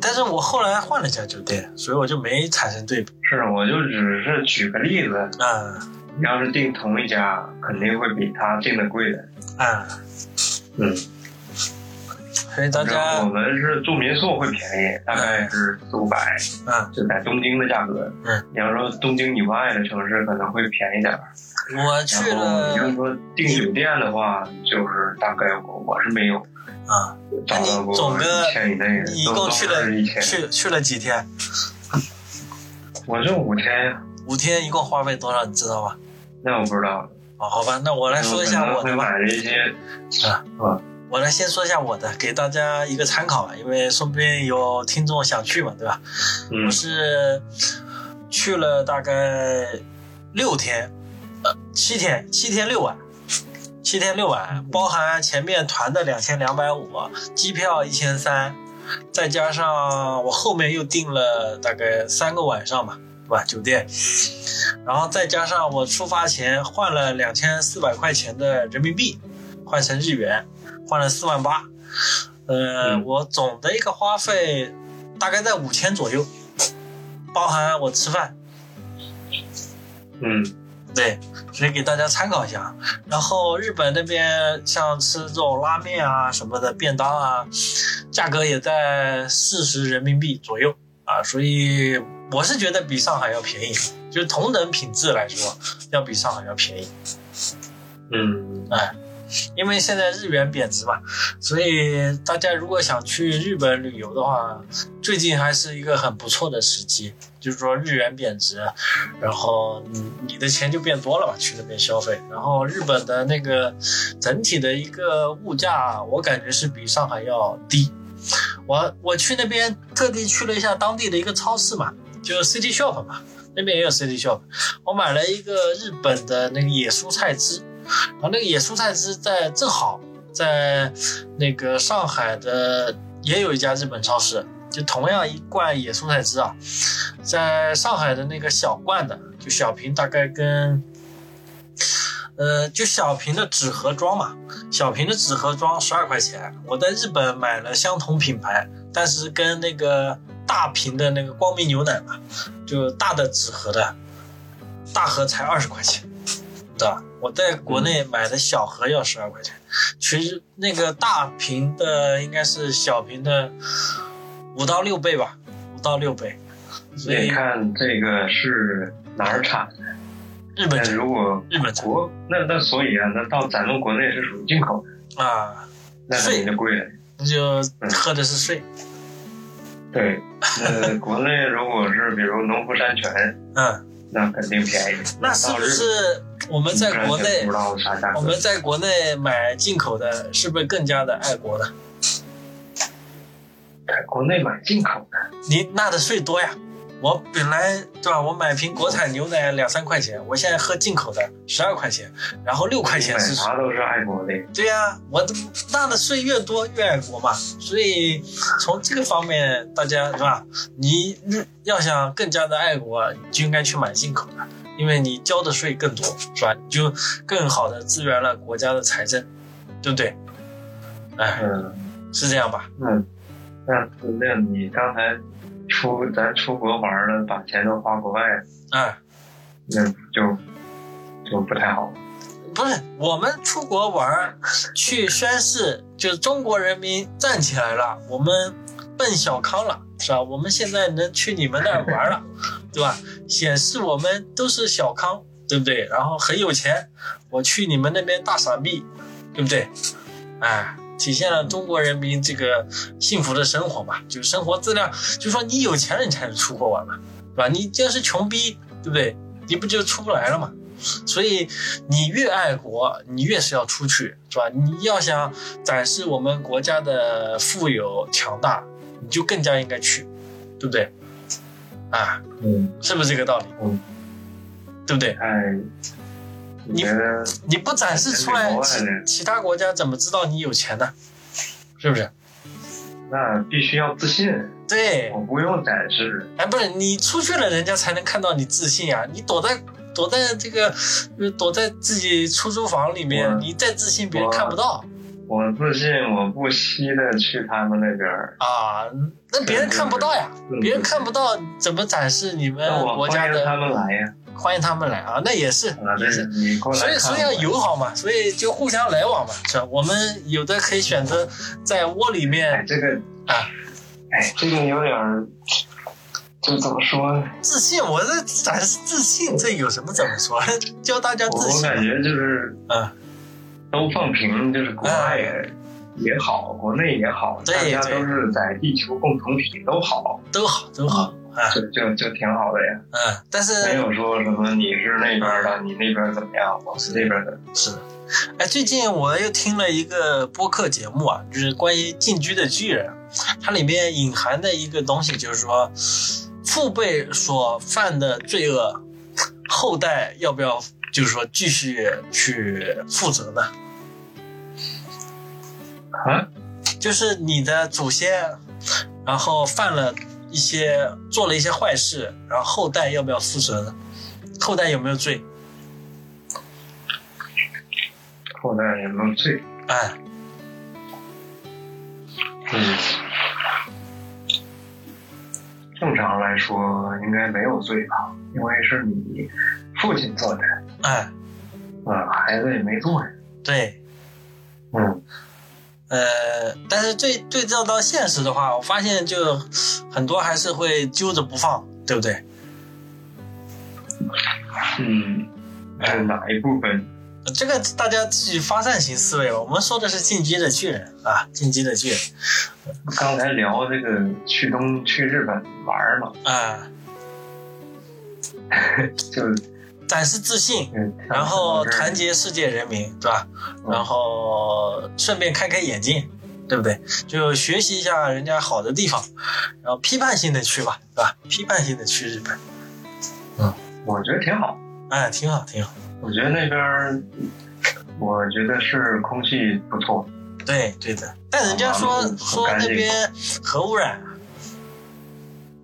但是我后来换了家酒店，所以我就没产生对比。
是，我就只是举个例子，
嗯
你要是定同一家，肯定会比他定的贵的。
嗯，
嗯，
所以大
然后我
家
们是住民宿会便宜，大概是四五百，
嗯，
就在东京的价格。
嗯，
你要说东京以外的城市可能会便宜点儿。
嗯我去
然后你要
了
说订酒店的话，就是大概我我是没有
啊，
找到
那
过
你总的
一千以内的，
你一
都
共
都
去了
是一千。
去去了几天？
我就五天呀，
五天一共花费多少？你知道吗？
那我不知道。
啊，好吧，那我来说一下我
可
的
能会
吧。
买了一些
我来先说一下我的，给大家一个参考吧，因为说不定有听众想去嘛，对吧？
嗯
我是去了大概六天，呃，七天，七天六晚，七天六晚，包含前面团的两千两百五，机票一千三，再加上我后面又订了大概三个晚上吧，对吧？酒店，然后再加上我出发前换了两千四百块钱的人民币，换成日元，换了四万八，呃，
嗯
我总的一个花费大概在五千左右，包含我吃饭，
嗯
对，所以给大家参考一下。然后日本那边像吃这种拉面啊什么的便当啊，价格也在四十人民币左右啊，所以我是觉得比上海要便宜，就是同等品质来说，要比上海要便宜。
嗯
哎，因为现在日元贬值嘛，所以大家如果想去日本旅游的话，最近还是一个很不错的时机。就是说日元贬值，然后你你的钱就变多了嘛，去那边消费。然后日本的那个整体的一个物价，我感觉是比上海要低。我我去那边特地去了一下当地的一个超市嘛，就是 City Shop 嘛，那边也有 City Shop。我买了一个日本的那个野蔬菜汁，然后那个野蔬菜汁在正好在那个上海的也有一家日本超市，就同样一罐野蔬菜汁啊，在上海的那个小罐的，就小瓶大概跟呃，就小瓶的纸盒装嘛，小瓶的纸盒装十二块钱。我在日本买了相同品牌，但是跟那个大瓶的那个光明牛奶嘛，就大的纸盒的，大盒才二十块钱，对吧？我在国内买的小盒要十二块钱，其实那个大瓶的应该是小瓶的五到六倍吧，五到六倍。所
得
以
看这个是哪儿产的。
日本
但
产
如果
日本产
国那那所以啊，那到咱们国内是属于进口的，
啊，
那肯定就贵了。
那就
嗯
喝的是税。
对，那国内如果是比如农夫山泉，
嗯，
那肯定便宜。
那是
到
不
日
是我们
本
在国
农夫山泉
内
不知，道啥价
我
格？
们在国内买进口的，是不是更加的爱国呢？
在国内买进口的，
你纳的税多呀。我本来对吧？我买瓶国产牛奶两三块钱，我现在喝进口的十二块钱，然后六块
你买
钱是
啥都是爱国的。
对呀、我的纳的税越多越爱国嘛，所以从这个方面，大家是吧？你要想更加的爱国，你就应该去买进口的，因为你交的税更多，是吧？你就更好的支援了国家的财政，对不对？哎，
嗯，
是这样吧？
那那那你刚才出咱出国玩了，把钱都花国外了，
哎，
那就就不太好。
不是，我们出国玩儿去宣誓，就是中国人民站起来了，我们奔小康了，是吧？我们现在能去你们那儿玩了， 对吧？显示我们都是小康，对不对？然后很有钱，我去你们那边大傻逼，对不对？哎，体现了中国人民这个幸福的生活嘛，就是生活质量，就说你有钱人才能出国玩嘛，对吧？你要是穷逼，对不对？你不就出不来了嘛？所以你越爱国，你越是要出去，是吧？你要想展示我们国家的富有强大，你就更加应该去，对不对？啊，
嗯，
是不是这个道理？
嗯
对不对？
哎，你觉得？
你不展示出来，
国外
其
人
其他国家怎么知道你有钱呢？是不是？
那必须要自信，
对
我，不用展示。
哎，不是你出去了，人家才能看到你自信啊！你躲在躲在这个呃躲在自己出租房里面
我，
你再自信，别人
我
看不到
我自信，我不惜的去他们那边儿。
啊，那别人看不到呀。
嗯
别人看不到，怎么展示你们
那我
国家
欢迎他
的？
们来呀！
欢迎他们来啊，那也是
啊，
也
这
是，
你过来
所以
看
所以要
我
友好嘛，所以就互相来往嘛，是吧？我们有的可以选择在窝里
哎，
面
这个
啊，
哎，这个有点儿，就怎么说呢？
自信，我这展示自信，这有什么怎么说？ 教大家
我
自
我
信
感觉就是
啊，
都放平，就是国外也也好，国内也好，
对
大家
对
都是在地球共同体都好，
都好都好，啊
就就就挺好的呀。
嗯，但是
没有说什么你是那边的，你那边怎么样，我是这边的。
是的，哎，最近我又听了一个播客节目啊，就是关于《进击的巨人》，它里面隐含的一个东西就是说，父辈所犯的罪恶，后代要不要就是说继续去负责呢？
啊，
就是你的祖先，然后犯了一些做了一些坏事，然后后代要不要负责呢？后代有没有罪？
后代也没有罪。
哎，
嗯，正常来说应该没有罪吧，因为是你父亲做的，
哎，
嗯，孩子也没做呀。
对，
嗯，
呃，但是对对照到现实的话，我发现就很多还是会揪着不放，对不对？
嗯，是哪一部分？
这个大家自己发散型思维吧。我们说的是进击的巨人啊，进击的巨人
刚才聊这个去东去日本玩儿嘛，
啊、
就
展示自信，
嗯，
然后团
谈
结世界人民，对吧？
嗯
然后顺便开开眼界，对不对？就学习一下人家好的地方，然后批判性的去吧，对吧？批判性的去日本，
我觉得挺好。
哎，挺好，挺好。
我觉得那边儿，我觉得是空气不错。
对，对的。但人家说
嗯很
说
干
那
净
边核污染。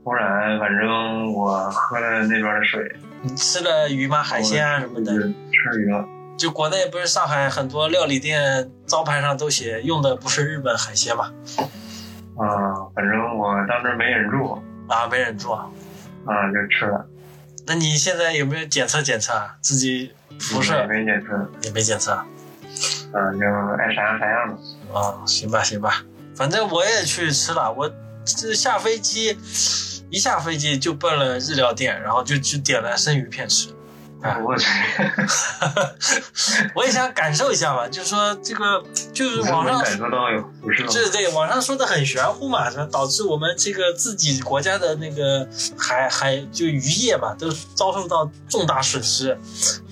不然，反正我喝了那边的水，哦
你吃了鱼吗？海鲜啊什么的。
吃鱼了。
就国内不是上海很多料理店招牌上都写用的不是日本海鲜嘛？
啊，反正我当时没忍住
啊，没忍住啊。
啊，就吃了，
那你现在有没有检测检测啊？自己辐射
没检测，
也没检测啊？
啊，就爱啥样啥样吧。
啊行吧行吧，反正我也去吃了。我这下飞机，一下飞机就奔了日料店，然后就去点了生鱼片吃。 啊
我去，
我也想感受一下吧，就是说这个就是网
能
上
感受到有不是吗？
这对网上说的很玄乎嘛，是吧导致我们这个自己国家的那个海海就渔业嘛，都遭受到重大损失。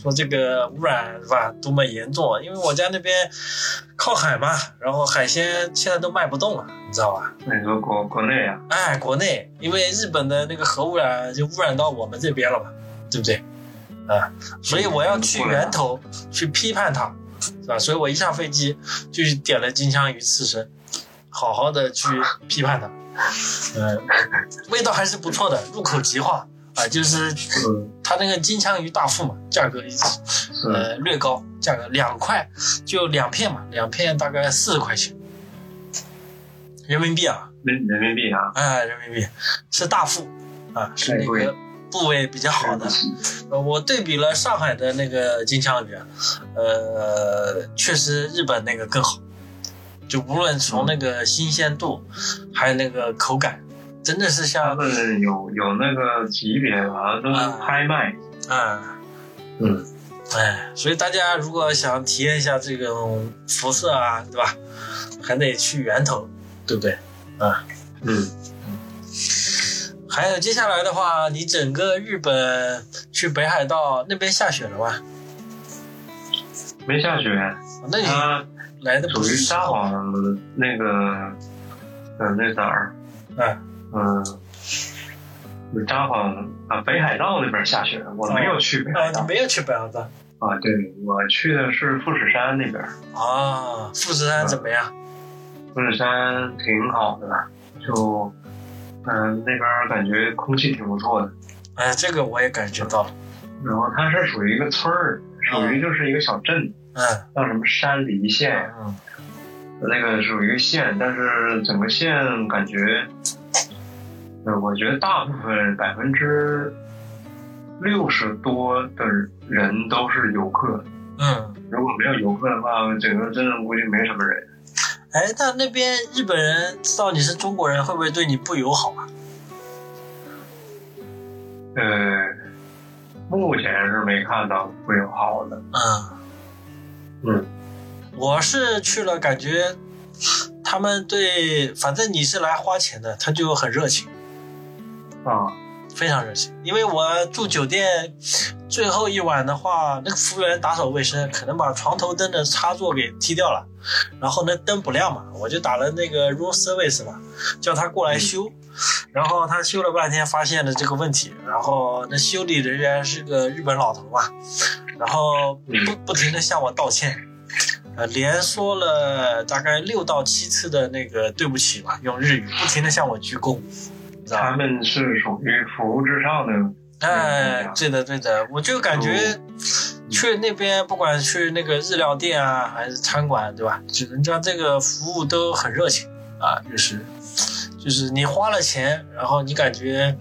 说这个污染是吧，多么严重啊！因为我家那边靠海嘛，然后海鲜现在都卖不动了，你知道吧？
那你说国国内啊，
哎，国内因为日本的那个核污染就污染到我们这边了嘛，对不对？啊，所以我要去源头去批判它，是吧？所以我一下飞机就去点了金枪鱼刺身，好好的去批判它。嗯，味道还是不错的，入口即化啊，就是
嗯，
它那个金枪鱼大腹嘛，价格
是
呃略高，价格两块就两片嘛，两片大概四十块钱人民币啊，
人人民币啊，
哎，人民币是大腹啊，是那
太贵
个部位比较好的。呃我对比了上海的那个金枪鱼啊，呃，确实日本那个更好，就无论从那个新鲜度，还有那个口感，真的是
他
像
们有有那个级别啊，都是拍卖，
啊，
嗯，
哎，所以大家如果想体验一下这种辐射啊，对吧？还得去源头，对不对？
嗯，
还有接下来的话，你整个日本去北海道那边下雪了吗？
没下雪，
那你
它
来的
啊属
不
于
是
撒谎那个，嗯，那哪儿？
嗯，
嗯，札幌啊，北海道那边下雪，我没有去北
啊，
海
你
道
没有去北海道
啊。对，我去的是富士山那边，
啊？富士山怎么样？
富士山挺好的，就嗯、那边感觉空气挺不错的。
哎，这个我也感觉到了。
然后它是属于一个村儿，属于就是一个小镇，
嗯
叫什么山梨县呀、
嗯
那个属于一个县，但是整个县感觉，呃，我觉得大部分百分之六十多的人都是游客。
嗯，
如果没有游客的话，整个镇估计没什么人。
哎，那那边日本人知道你是中国人，会不会对你不友好啊？
呃，目前是没看到会有好的。
嗯
嗯，
我是去了，感觉他们对，反正你是来花钱的，他就很热情。
啊，
非常热情，因为我住酒店最后一晚的话，那个服务员打扫卫生，可能把床头灯的插座给踢掉了，然后那灯不亮嘛，我就打了那个 room service 嘛，叫他过来修，然后他修了半天，发现了这个问题，然后那修理人员是个日本老头嘛，然后不不停的向我道歉。呃，连说了大概六到七次的那个对不起吧，用日语不停的向我鞠躬，你知道吧
他？们是属于服务至上的。嗯
哎，对的对的，我就感觉去那边，不管去那个日料店啊，还是餐馆，对吧？就人家这个服务都很热情啊，就是就是你花了钱，然后你感觉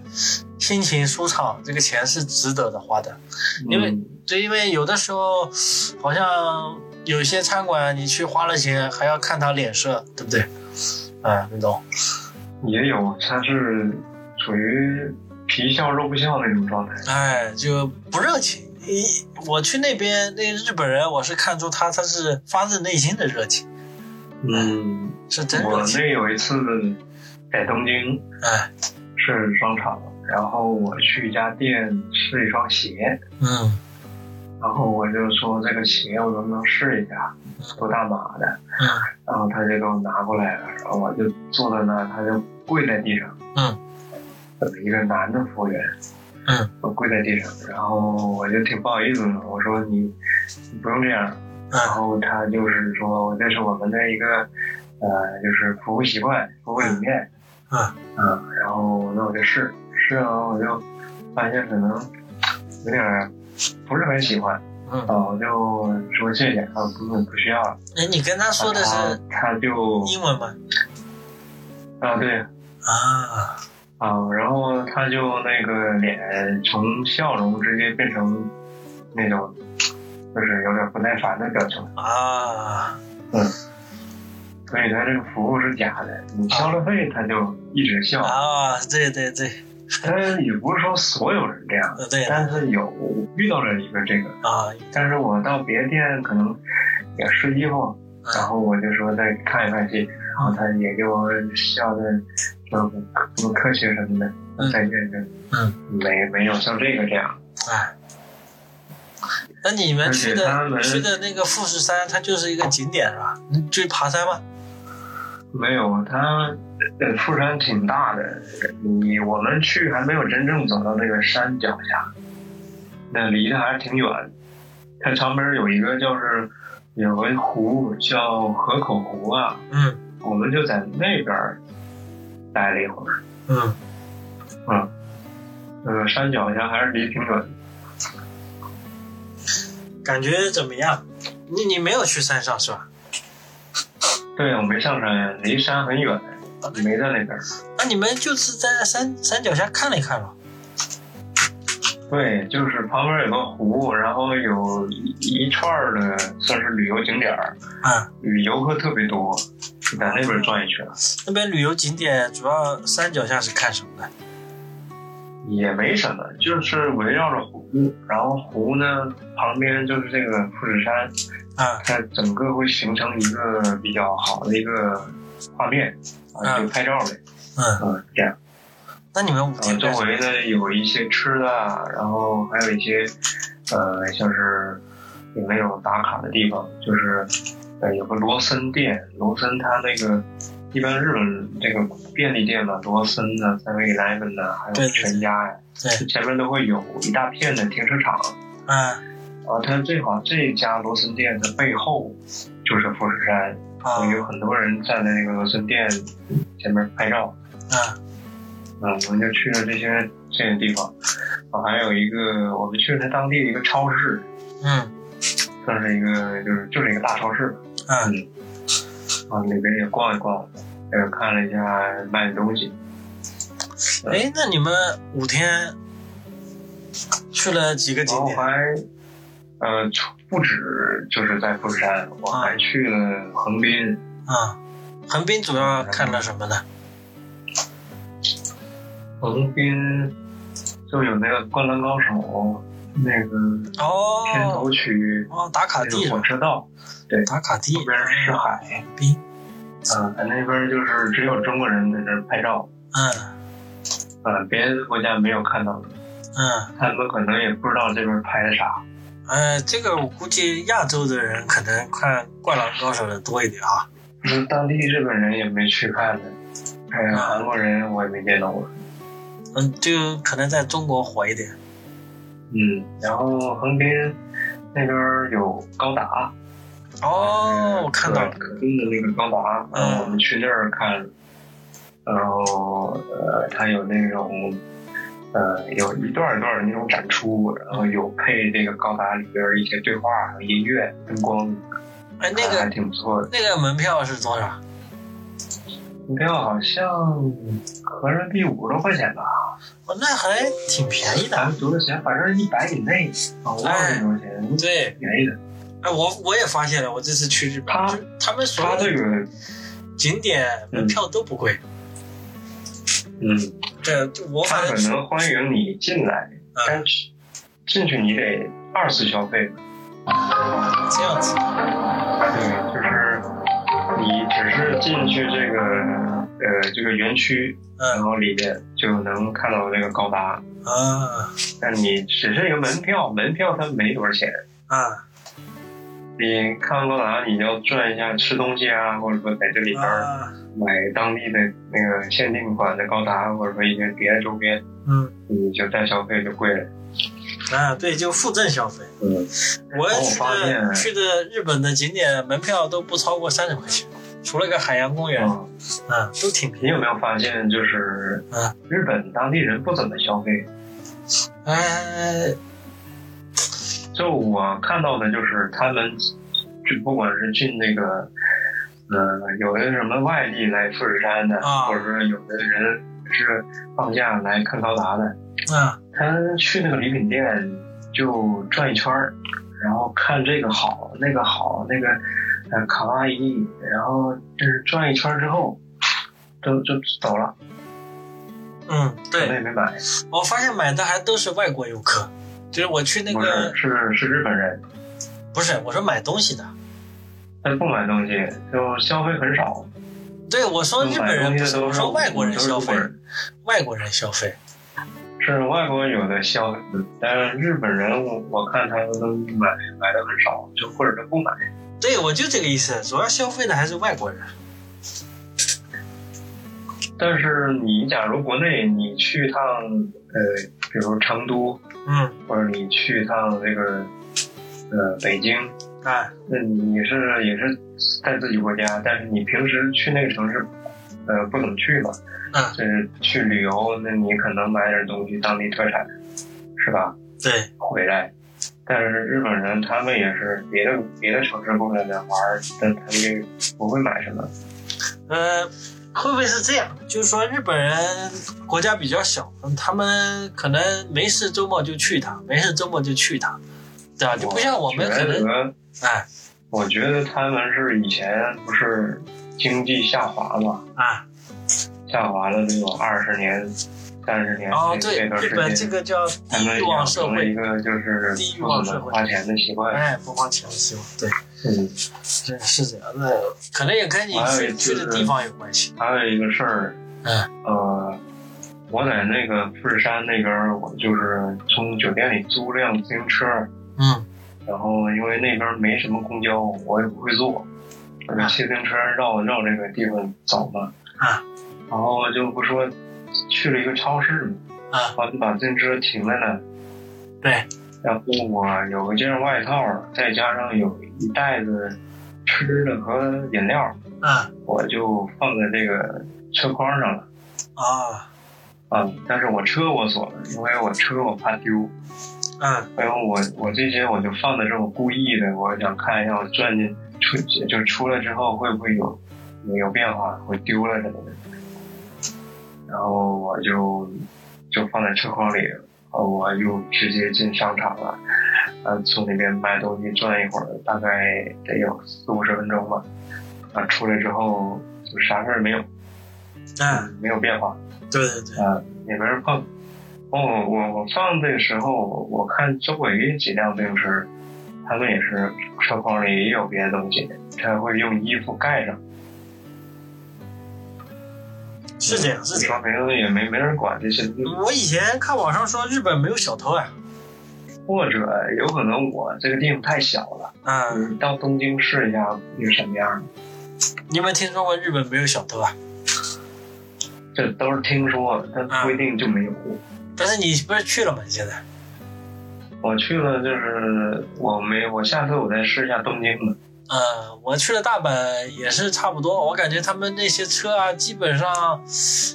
心情舒畅，这个钱是值得的花的。因为
嗯
对，因为有的时候好像有些餐馆你去花了钱，还要看他脸色，对不对？啊，你懂。
也有，他是属于皮笑肉不笑那种状态。
哎，就不热情。一我去那边，那日本人，我是看出他他是发自内心的热情，
嗯，
是真
我
热情。
那有一次在东京
哎，
是商场，然后我去一家店试一双鞋，
嗯
然后我就说这个鞋我能不能试一下，多大码的？
嗯
然后他就给我拿过来了，然后我就坐在那，他就跪在地上，
嗯，
有一个男的服务员，
嗯，
我跪在地上，然后我就挺不好意思的，我说你你不用这样，然
嗯
后他就是说，这是我们的一个呃，就是服务习惯、服务理念。
嗯
嗯，然后那我就试试完，我就发现可能有点儿不是很喜欢，
嗯，
啊，我就说谢谢，啊，不用不需要了。
哎，你跟他说的
然
是
后他就
英文吗？
啊，对
啊，
啊，然后他就那个脸从笑容直接变成那种，就是有点不耐烦的表情。
啊，
所以他这个服务是假的，你消了费他就一直笑。
啊，对对对，
但是也不是说所有人这样，
呃，对
但是有遇到了一个这个。
啊，
但是我到别的店可能也试衣服，然
嗯
后我就说再看一看戏，然后他也给我笑的，说不客气什么的，
嗯
再见就
嗯
没没有像这个这样。
哎，那你们去
而且他
的
们
去的那个富士山，它就是一个景点是吧？你去爬山吗？
没有，它呃富士山挺大的，你我们去还没有真正走到那个山脚下，那离得还是挺远。它旁边有一个就是有个湖叫河口湖啊，
嗯
我们就在那边儿待了一会儿。
嗯，
呃，山脚下还是离挺远的。
感觉怎么样？你你没有去山上是吧？
对，我没上山，离山很远，没在那边儿。
那你们就是在山山脚下看了一看了。
对，就是旁边有个湖，然后有一一串儿的算是旅游景点儿，
啊，
游客特别多，在那边转一圈，
那边旅游景点主要山脚下是看什么的？
也没什么，就是围绕着湖，然后湖呢旁边就是这个富士山，
啊
它整个会形成一个比较好的一个画面，啊，
嗯
就拍照呗，
嗯，
嗯，这样。
那你们五
然
天
后
干什
啊周
么
围呢呃有一些吃的啊，然后还有一些呃，像是呃有那种打卡的地方，就是呃有个罗森店，罗森它那个一般日本这个便利店嘛，罗森呐、三 e v e l e v e n 呐，还
对
有
对
全家呀、
对，
前面都会有一大片的停车场。
啊
啊，它最好这家罗森店的背后就是富士山，
啊
有很多人站在那个罗森店前面拍照。
啊
嗯，我们就去了这些这些地方，啊，还有一个我们去了它当地的一个超市，
嗯
算是一个就是就是一个大超市
啊
嗯啊，里边也逛一逛，呃，看了一下卖的东西，
哎，那你们五天去了几个
然
景
后
点？
还呃出不止就是在富士山，我
啊
还去了横滨，
啊，横滨主要看了什么呢？
横滨就有那个《灌篮高手》那个片
哦
头曲，
哦，打卡
那
地
个
是吧
火车道
打卡地嗯
旁边是海，
横滨，
啊，在那边就是只有中国人在那儿拍照。
嗯
呃，别的国家没有看到的，
嗯，
他们可能也不知道这边拍的啥。
呃，这个我估计亚洲的人可能看《灌篮高手》的多一点啊。
那嗯当地日本人也没去看的，哎呀，韩国人我也没见到过。
嗯，就可能在中国火一点。
嗯，然后横滨那边有高达，
哦，我看到了
可，可动的那个高达，
嗯
嗯，我们去那儿看，然后呃，它有那种。呃，有一段一段的那种展出，然后有配这个高达里边一些对话、还有音乐、灯光，
哎，那
还
个
挺不错的。
那个门票是多少？
门票好像合人民币五十多块钱吧，
哦，那还挺便宜
还
的。
是多少钱？反正一百以内，啊，我忘了多少钱，
对，
便宜的。
哎，我我也发现了，我这次去日本，
他
就他们所
它
有
这
的
个，
景点门票都不贵。
嗯，
对，就我
它
反
可
正呃
能欢迎你进来，但是进去你得二次消费。
这样子。
对，就是你只是进去这个呃这个园区，然
嗯
后里面就能看到这个高达，
啊
但你只是一个门票，门票它没多少钱。
啊
你看完高达，你要转一下吃东西啊，或者说在这里边儿
啊！
买当地的那个限定款的高达，或者说一些别的周边，
嗯
你就再消费就贵了。
啊，对，就附赠消费。
嗯，
哦我
然后我
去
发
的
现
去的日本的景点门票都不超过三十块钱，除了个海洋公园，
嗯，
嗯，都挺便
你有没有发现就是
嗯，
日本当地人不怎么消费？
宜。哎，
就我看到的就是他们，就不管是进那个，呃，有的什么外地来富士山的，
啊
或者说有的人是放假来看高达的，
啊，
他去那个礼品店就转一圈儿，然后看这个好，那个好，那个呃卡哇伊，然后就是转一圈儿之后，就就走了，
嗯，
什么
对
也没买。
我发现买的还都是外国游客，就是我去那
不
个
是，是是日本人，
不是，我说买东西的。
他不买东西，就消费很少。
对，我说哦日本人不
买东西
是，
的
我
都是
说外国人
都是
消
中
费
国，人
外国人消费。
是外国有的消费，但是日本人我我看他们都买买的很少，就或者都不买。
对，我就这个意思，主要消费的还是外国人。
但是你假如国内你去一趟呃，比如成都，
嗯，
或者你去一趟这个呃北京，
哎，
那你是也是在自己国家，但是你平时去那个城市，呃，不怎么去嘛，
嗯
就是去旅游，那你可能买点东西，当地特产，是吧？
对，
回来。但是日本人他们也是别的别的城市过来的玩儿，但他们也不会买什么。
呃，会不会是这样？就是说日本人国家比较小，嗯他们可能没事周末就去一趟，没事周末就去一趟，对吧？就不像我们可
觉
能，
得，
哎
我觉得他们是以前不是经济下滑嘛，
啊，
下滑了得有二十年、三十年
哦，
哎这
对，
这段
日本
时
这
间，
个叫
他
低
们
欲望
养
社
成了一
会，
个就是
低欲
不
望
怎
社
么
会
花钱的习惯。
哎，不花钱的希望，对，
嗯，
是是这样的，可能也跟你
还有
去
就
去的
是
地方有关系。
还有一个事儿，
嗯
呃，我在那个富士山那边儿，我就是从酒店里租辆自行车，
嗯
然后因为那边没什么公交，我也不会坐，我就骑自行车绕绕这个地方走嘛。
啊
然后就不说去了一个超市嘛，
啊，
完就把自行车停在那，
对，
然后我啊有一件外套，再加上有一袋子吃的和饮料，
啊
我就放在这个车筐上了。
啊
啊！但是我车我锁了，因为我车我怕丢，
嗯
然后哎我我这些我就放的是我故意的，我想看一下我转进出就出来之后会不会有有变化，会丢了什么的。然后我就就放在车筐里，呃我就直接进商场了，呃，从那边买东西转一会儿，大概得有四五十分钟吧。啊，出来之后就啥事儿没有，
嗯，
没有变化。
对对对，
啊，也没人碰。哦，我我放这个时候，我看周围几辆自行车，他们也是车筐里也有别的东西，他会用衣服盖上，
是这样是这样。
说明也没没人管这些东西，
我以前看网上说日本没有小偷啊，
或者有可能我这个地方太小了，
嗯，
你到东京试一下是什么样的，
你有没有听说过日本没有小偷啊？
这都是听说，但不一定就没有。
嗯但是你不是去了吗？你现在
我去了，就是我没我下次我再试一下东京的，
呃，我去了大阪也是差不多，我感觉他们那些车啊，基本上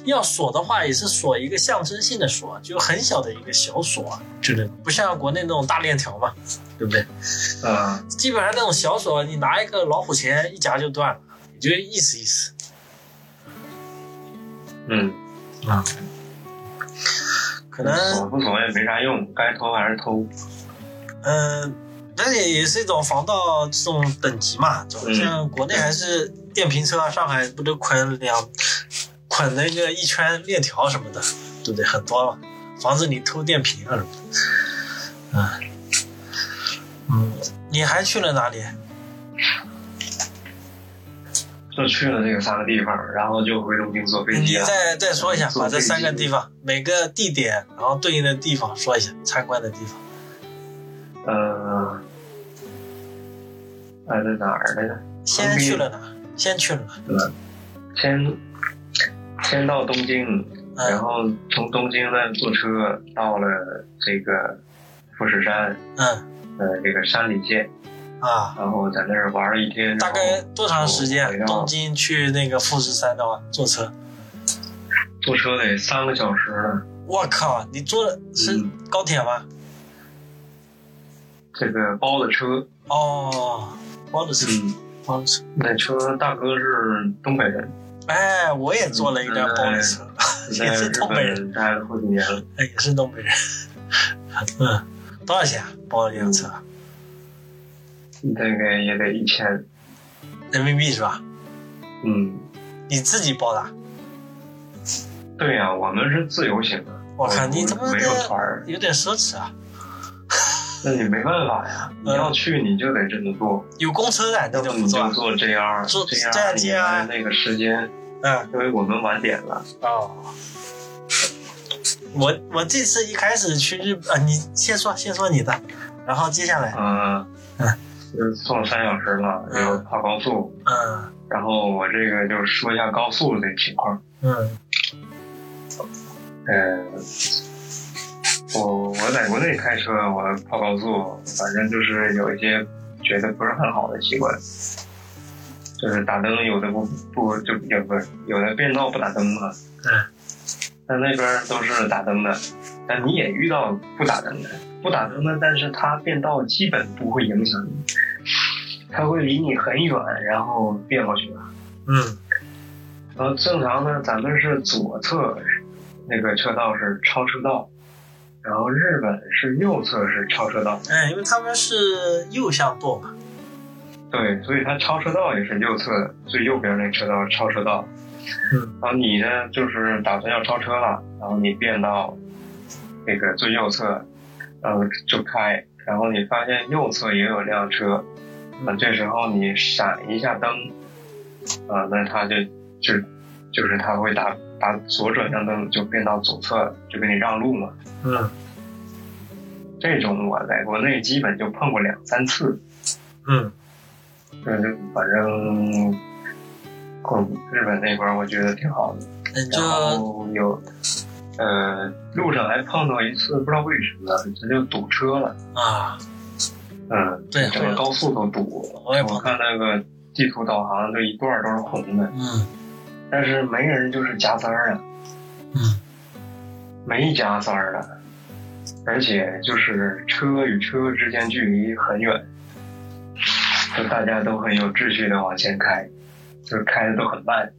要锁的话，也是锁一个象征性的锁，就很小的一个小锁，就那种，不像国内那种大链条嘛，对不对？
嗯。
基本上那种小锁，你拿一个老虎钳一夹就断了，你就意思意思。
嗯，
啊，可能
锁不锁也没啥用，该偷还是偷。
嗯，那也也是一种防盗这种等级嘛，就
嗯
像国内还是电瓶车啊，上海不都捆两捆那个一圈链条什么的，对不对？很多嘛，防止你偷电瓶啊什么的。啊，嗯，你还去了哪里？
就去了这个三个地方，然后就回东京坐飞
你
机了。
再再说一下，
坐
把这
飞机
三个地方每个地点，然后对应的地方说一下，参观的地方。
呃，呃，在哪儿来着？
先去了哪？先去了哪？
先先到东京，然
嗯
后从东京再坐车到了这个富士山，
嗯
呃，这个山里县，
啊，
然后在那儿玩了一天，
大概
然后
多长时
回
间？啊
到
东京去那个富士山的话，坐车。
坐车得三个小时了。
我靠，你坐的是
嗯
高铁吗？
这个包的车，
哦，包子吃，
嗯，
包子吃。
那车大哥是东北人，
哎，我也做了一
嗯
辆
哎
包子车，
在
也是
日
东北人
本待了好几年了，
哎，也是东北人。 嗯，多少钱啊？包一辆车，
嗯大概也得一千，
人民币是吧？
嗯，
你自己包的啊？
对呀、我们是自由行的，哎
我靠，你他妈
没有团
的
儿，
有点奢侈啊！
那你没办法呀，
嗯
你要去你就得这么做，
有公车的
要
你就
不
不
你
做
就
啊？
坐 JR，JR
坐
你
这样
按那个时间，
嗯，
因为我们晚点了，
哦。我我这次一开始去日本，啊你先说先说你的，然后接下来，
嗯、
嗯
就是坐呃了三小时了，
嗯
然后跑高速，
嗯
然后我这个就说一下高速这情况。
嗯
嗯，我我在国内开车，我跑高速，反正就是有一些觉得不是很好的习惯，就是打灯有的不不就也不是有的变道不打灯嘛。
嗯。
但那边都是打灯的，但你也遇到不打灯的，不打灯的，但是它变道基本不会影响你，它会离你很远，然后变过去。
嗯
然后呃正常呢，咱们是左侧那个车道是超车道，然后日本是右侧是超车道，
哎，因为他们是右向舵嘛，
对，所以它超车道也是右侧的最右边那车道超车道。
嗯，
然后你呢，就是打算要超车了，然后你变到那个最右侧，然后就开，然后你发现右侧也有辆车，那这时候你闪一下灯，啊、那它就就就是它会打打左转向灯就变到左侧了，就给你让路嘛。
嗯
这种我在国内基本就碰过两三次。
嗯
就是反正，嗯，日本那块儿我觉得挺好的。
那你
然
就
后有，呃，路上还碰到一次，不知道为什么它就堵车了。
啊，
嗯，
对
整个高速都堵。
我也碰到
我看那个地图导航，就一段儿都是红的，
嗯
但是没人就是加塞儿啊，
嗯
没加塞儿啊。而且就是车与车之间距离很远，就大家都很有秩序的往前开，就是开的都很慢。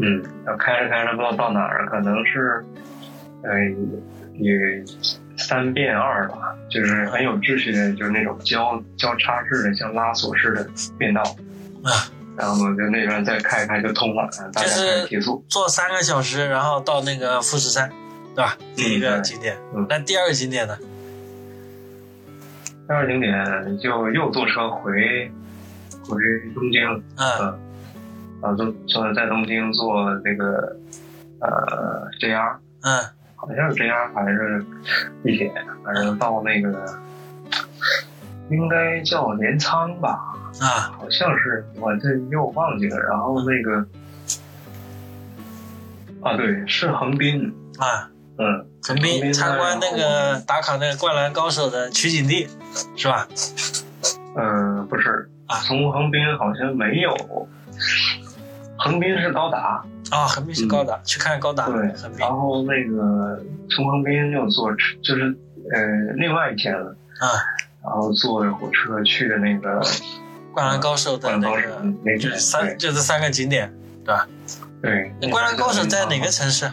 嗯，然后开着开着不知道到哪儿了，可能是，呃，也三变二吧，就是很有秩序的，就是那种交交叉式的，像拉锁式的变道。
啊，
然后就那边再开开就通了，大家开始提速。
坐三个小时，然后到那个富士山，对吧？第一个
对
景点，
嗯
那第二个景点呢？
第二景点就又坐车回回东京，
嗯
然后坐坐在东京坐那个呃 JR，
嗯
好像是 JR 还是地铁，反正到那个应该叫镰仓吧，
啊
好像是我这又忘记了。然后那个啊，对，是横滨，
啊，
嗯，
横
横
滨
滨
参观那
然
个打卡那个《灌篮高手》的取景地，是吧？
嗯、不是
啊，
从横滨好像没有，横滨是高达，
啊，横滨是高达，去看高达，
嗯对
啊横滨
然后那个从横滨又坐车，就是呃另外一天了，
啊，
然后坐着火车去的那个
《灌篮高手》的
灌篮
那
高手
个
那
就是
边
三就这三个景点。
对
那
对，
《灌篮高手》在哪个？城市？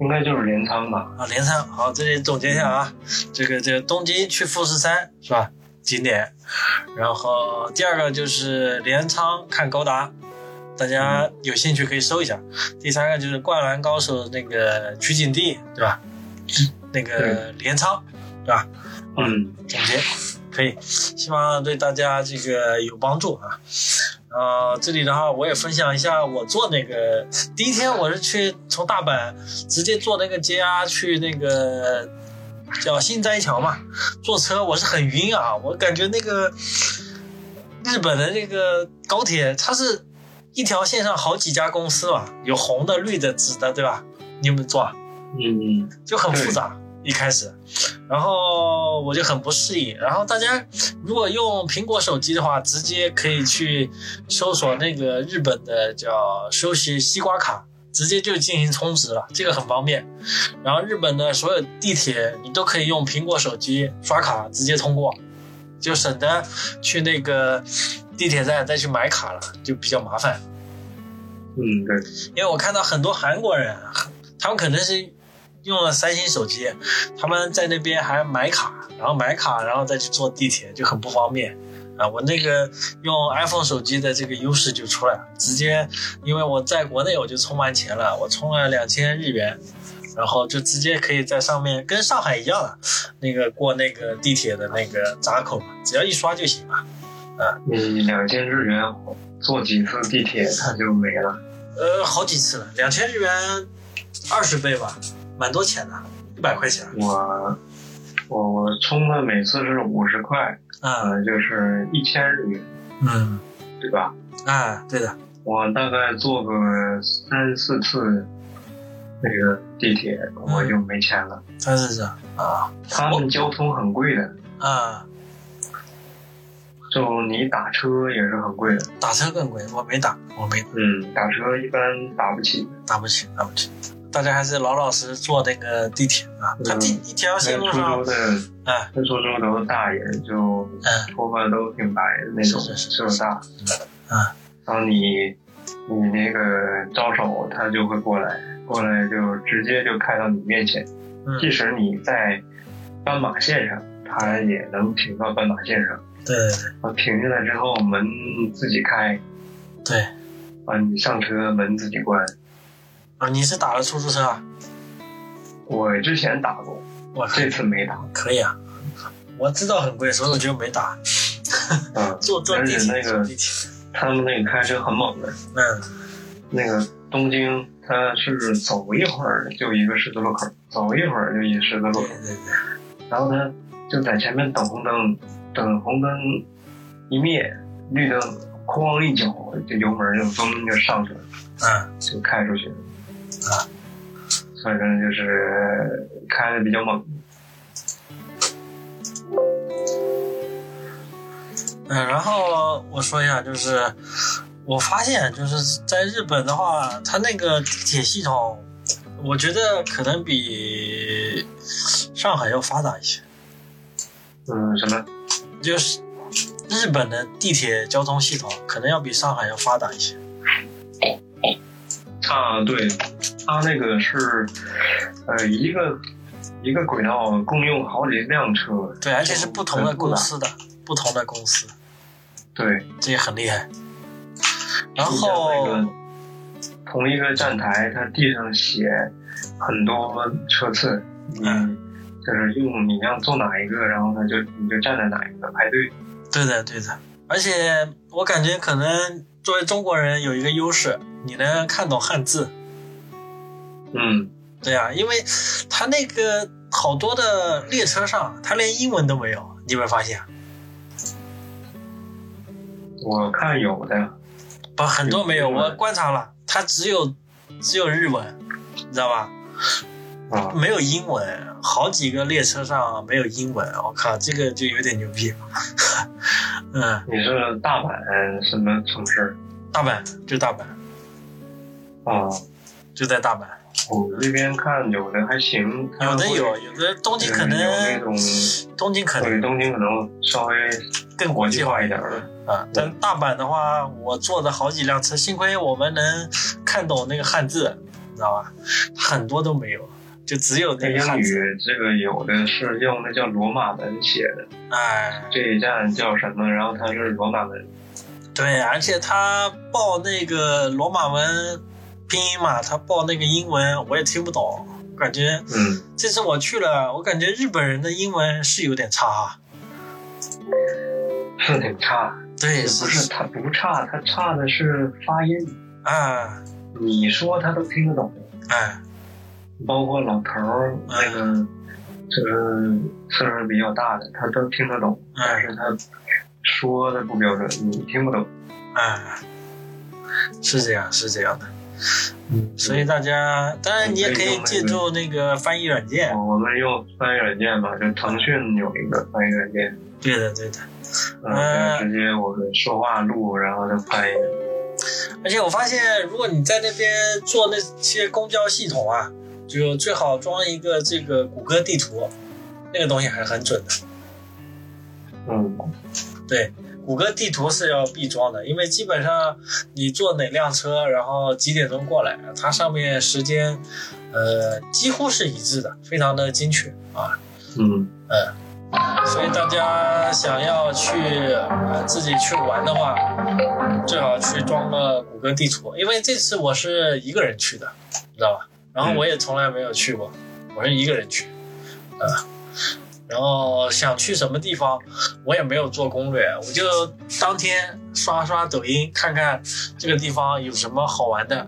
应该就是镰仓吧。
啊，镰仓。好，这里总结一下啊，这个这个东京去富士山是吧？景点，然后第二个就是镰仓看高达，大家有兴趣可以搜一下。第三个就是《灌篮高手》那个取景地，对吧？那个镰仓，对吧？
嗯，
总结，哎可以，希望对大家这个有帮助啊。呃，这里的话，我也分享一下我坐那个第一天，我是去从大阪直接坐那个 JR 去那个叫新斋桥嘛，坐车我是很晕啊，我感觉那个日本的那个高铁，它是一条线上好几家公司嘛，有红的、绿的、紫的，对吧？你有没有坐啊？
嗯，
就很复杂一开始，然后我就很不适应。然后大家如果用苹果手机的话，直接可以去搜索那个日本的叫休息西瓜卡，直接就进行充值了，这个很方便。然后日本的所有地铁你都可以用苹果手机刷卡直接通过，就省得去那个地铁站再去买卡了，就比较麻烦。
嗯，对，
因为我看到很多韩国人，啊他们可能是用了三星手机，他们在那边还买卡，然后买卡，然后再去坐地铁，就很不方便。啊，我那个用 iPhone 手机的这个优势就出来了，直接，因为我在国内我就充完钱了，我充了两千日元，然后就直接可以在上面跟上海一样了，那个过那个地铁的那个闸口嘛，只要一刷就行了。
你两千日元坐几次地铁它就没了。
呃，好几次了，两千日元，二十倍吧，蛮多钱的，一百块钱。
我我我充的每次是五十块，
啊，
呃，就是一千日元，
嗯，
对吧？
啊，对的，
我大概坐个三四次那个地铁，我就没钱了。
他是这样啊
他们交通很贵的，
啊，
就你打车也是很贵的。
打车更贵，我没打，我没
嗯，打车一般打不起，
打不起，打不起。大家还是老老实实坐那个地铁啊，它
嗯
地一条
在
线
苏
路
州
上，
的，
哎，
在苏州都大爷，就
嗯，
头发都挺白的那种，
是是是
岁数大。
啊，
然后你你那个招手，他就会过来，过来就直接就开到你面前。
嗯
即使你在斑马线上，他也能停到斑马线上。
对对
然后停下来之后，门自己开，
对，
啊，你上车门自己关。
啊，你是打了出租车啊？
我之前打过，
我靠，
这次没打。
可以啊，我知道很贵，所以我就没打，
嗯，
坐坐
而
地
且
铁，
那
坐
个
地铁，
他们那个开车很猛的，
嗯，
那个东京，它是走一会儿就一个十字路口，走一会儿就一个十字路
对
口，
对对，
然后他就在前面等红灯，等红灯一灭，绿灯哐一脚，这油门就噌就上去了，
嗯
就开出去了。
啊，
反正就是开的比较猛。
嗯，然后我说一下，就是我发现就是在日本的话，它那个地铁系统，我觉得可能比上海要发达一些。
嗯，什么？
就是日本的地铁交通系统可能要比上海要发达一些。
啊，对，它那个是，呃，一个一个轨道共用好几辆车，
对，而且是不同的公司的，不同的公司，
对，
这也很厉害。然
你像
后
那个同一个站台，它地上写很多车次，你
嗯
就是用你要坐哪一个，然后它就你就站在哪一个排队。
对的，对的。而且我感觉可能作为中国人有一个优势，你能看懂汉字。
嗯，
对啊，因为他那个好多的列车上，他连英文都没有，你有没有发现？
我看有的，
不，很多没有，
有英文
我观察了，他只有只有日文，你知道吧？
啊，
没有英文，好几个列车上没有英文，我靠，这个就有点牛逼。嗯，
你是大阪什么城市
大阪就大阪，
啊？
就在大阪，
我们这边看有的还行，
有的
它会
有，有的东京可
有那
能
种，
东京可能
对，东京可能稍微
更国
国
际
际
化
化
一
一
点
点
儿
儿
啊。但大阪的话，我坐的好几辆车，幸亏我们能看懂那个汉字，你知道吧？很多都没有，就只有
那
那个
英
汉字。
语这个有的是用那叫罗马文写的，
哎，
这一站叫什么，然后它是罗马 文。
对，而且他报那个罗马文拼音嘛，他报那个英文我也听不懂，感觉
嗯，
这次我去了，我感觉日本人的英文是有点差啊。
是挺差，
对，
不
是
是他不差，他差的是发音。
啊，
你说他都听得懂，
哎，
包括老头儿那个，就是岁数比较大的，他都听得懂，但是他说的不标准，你听不懂。
哎，是这样，是这样的。嗯，所以大家当然你也可以借助那个翻译软件，
哦我们用翻译软件嘛，就腾讯有一个翻译软件，呃
对的对的。
嗯，就直接我们说话录，然后就翻译。
而且我发现，如果你在那边坐那些公交系统啊，就最好装一个这个谷歌地图，那个东西还是很准的。
嗯，
对，谷歌地图是要必装的，因为基本上你坐哪辆车，然后几点钟过来，它上面时间，呃，几乎是一致的，非常的精确啊。
嗯，
所以大家想要去呃自己去玩的话，最好去装个谷歌地图，因为这次我是一个人去的，你知道吧？然后我也从来没有去过，我是一个人去，啊、然后想去什么地方，我也没有做攻略，我就当天刷刷抖音，看看这个地方有什么好玩的，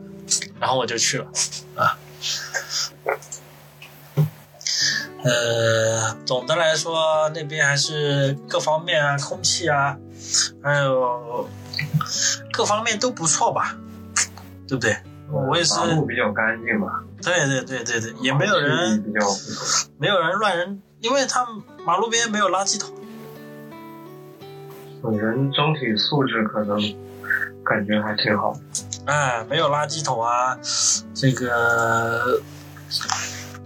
然后我就去了，啊。呃，总的来说，那边还是各方面啊，空气啊，还有各方面都不错吧，对不对？我也是，
马路比较干净吧，
对对对对对，也没有人
比较不错
没有人乱扔，因为他们马路边没有垃圾桶。
人整体素质可能感觉还挺好。
哎，没有垃圾桶啊，这个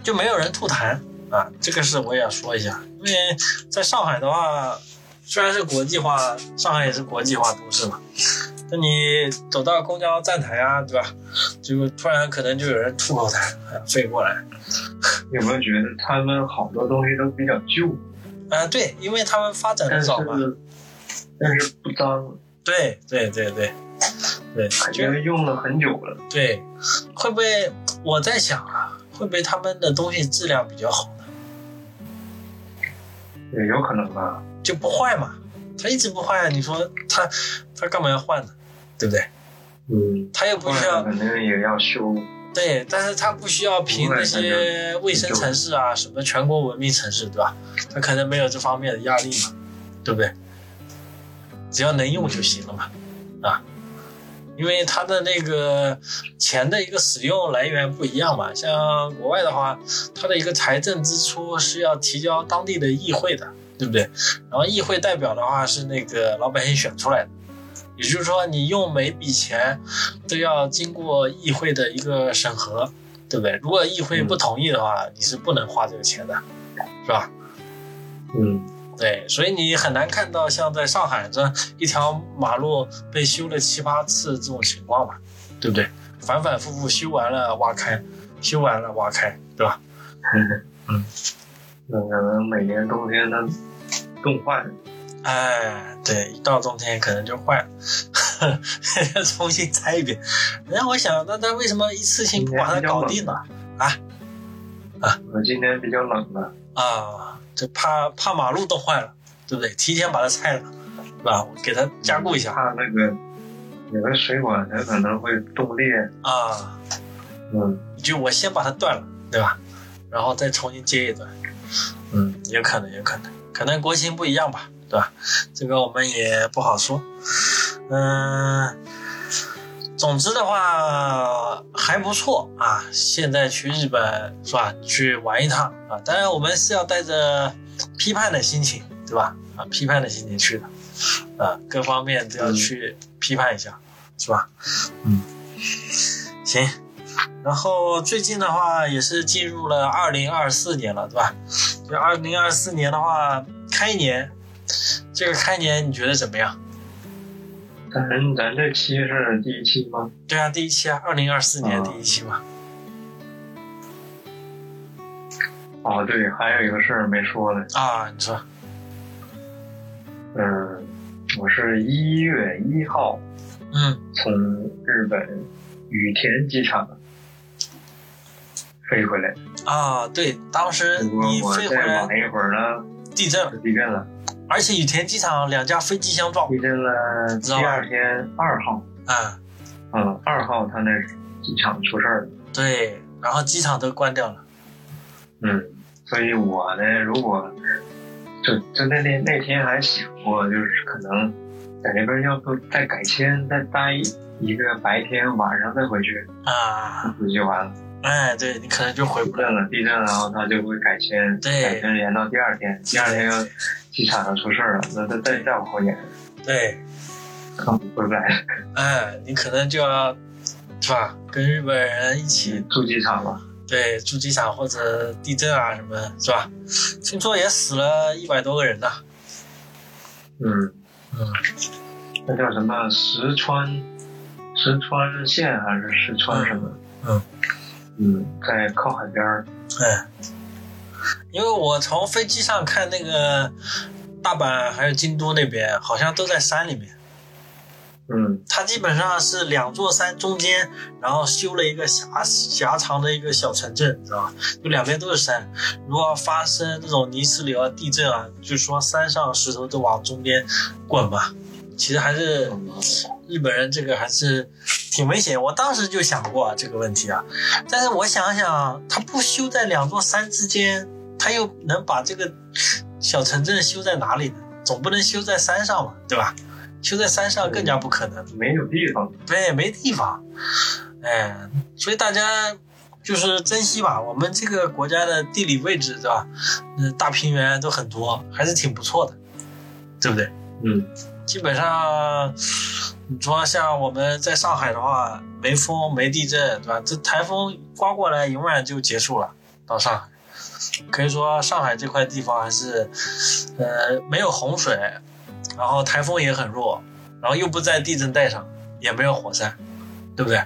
就没有人吐痰啊，这个是我也要说一下，因为在上海的话，虽然是国际化，上海也是国际化都市嘛，那你走到公交站台啊，对吧？就突然可能就有人吐口痰，哎飞过来，
有没有觉得他们好多东西都比较旧，
啊、对，因为他们发展的
但是
早嘛，
但是不脏，
对对对对对，
感
就
觉用了很久了。
对，会不会我在想啊，会不会他们的东西质量比较好呢？
也有可能吧。
就不坏嘛？它一直不坏，啊你说它它干嘛要换呢？对不对？
嗯，
它又不啊需要
换了肯定也要修。
对，但是它不需要评那些卫生城市啊，什么全国文明城市，对吧？它可能没有这方面的压力嘛，对不对？只要能用就行了嘛，啊，因为它的那个钱的一个使用来源不一样嘛，像国外的话，它的一个财政支出是要提交当地的议会的，对不对？然后议会代表的话是那个老百姓选出来的，也就是说你用每笔钱都要经过议会的一个审核，对不对？如果议会不同意的话，你是不能花这个钱的，是吧？
嗯，
对，所以你很难看到像在上海这一条马路被修了七八次这种情况吧，对不对？反反复复修完了挖开，修完了挖开，对吧？
那可能每年冬天它冻坏了。
哎，对，一到冬天可能就坏了， 重新拆一遍。然后我想，那他为什么一次性不把它搞定呢？
我今天比较冷了，
啊，这怕怕马路冻坏了，对不对？提前把它拆了，是吧？我给它加固一下
怕那个有的水管它可能会冻裂。
啊，
嗯，
就我先把它断了，对吧？然后再重新接一段，嗯，有可能，有可能，可能国情不一样吧，对吧？这个我们也不好说，嗯、总之的话还不错啊。现在去日本是吧？去玩一趟啊，当然我们是要带着批判的心情，对吧？啊，批判的心情去的，啊，各方面都要去批判一下，是吧？嗯，行。然后最近的话也是进入了二零二四年了，对吧？这二零二四年的话，开年，这个开年你觉得怎么样？
咱咱这期是第一期吗？
对啊，第一期啊，二零二四年
啊
第一期嘛。
哦，对，还有一个事儿没说呢。
啊，你说
嗯，我是一月一号
嗯，
从日本羽田机场飞回来，
啊，对，当时
不过
你
我
飞回
再
来
晚一会儿呢，
地震了，
就地震了。
而且羽田机场两架飞机相撞，
地震了，
知
第
道吧
二天二号，
啊，
嗯，二号他那机场出事儿了，
对，然后机场都关掉了，
嗯，所以我呢，如果就就那那那天还想过，就是可能在那边要不再改签，再待一个白天，晚上再回去，
啊，
回去完了。
哎，对你可能就回
地
不了，
震了，地震了，然后他就会改签，
对
改签延到第二天，第二天又机场上出事儿了，那再再再往后延。
对，
看不回来，
哎，你可能就要是吧，跟日本人一起
住机场了。
对住机场或者地震啊什么，是吧？听说也死了一百多个人呐、
嗯，
嗯，
那叫什么石川，石川县还是石川什么？
嗯
嗯，在靠海边儿。
哎，因为我从飞机上看那个大阪还有京都那边，好像都在山里面。
嗯
它基本上是两座山中间，然后修了一个狭狭长的一个小城镇，你知道吧？就两边都是山。如果要发生这种泥石流啊、地震啊，就说山上石头都往中间滚吧。其实还是日本人这个还是挺危险。我当时就想过、这个问题啊，但是我想想，他不修在两座山之间，他又能把这个小城镇修在哪里呢？总不能修在山上吧，对吧？修在山上更加不可能。
没有地方。
对，没地方，哎，所以大家就是珍惜吧。我们这个国家的地理位置，对吧？嗯，大平原都很多，还是挺不错的，对不对？
嗯，
基本上，你说像我们在上海的话，没风没地震，对吧？这台风刮过来，永远就结束了。到上海，可以说上海这块地方还是，呃，没有洪水，然后台风也很弱，然后又不在地震带上，也没有火山，对不对？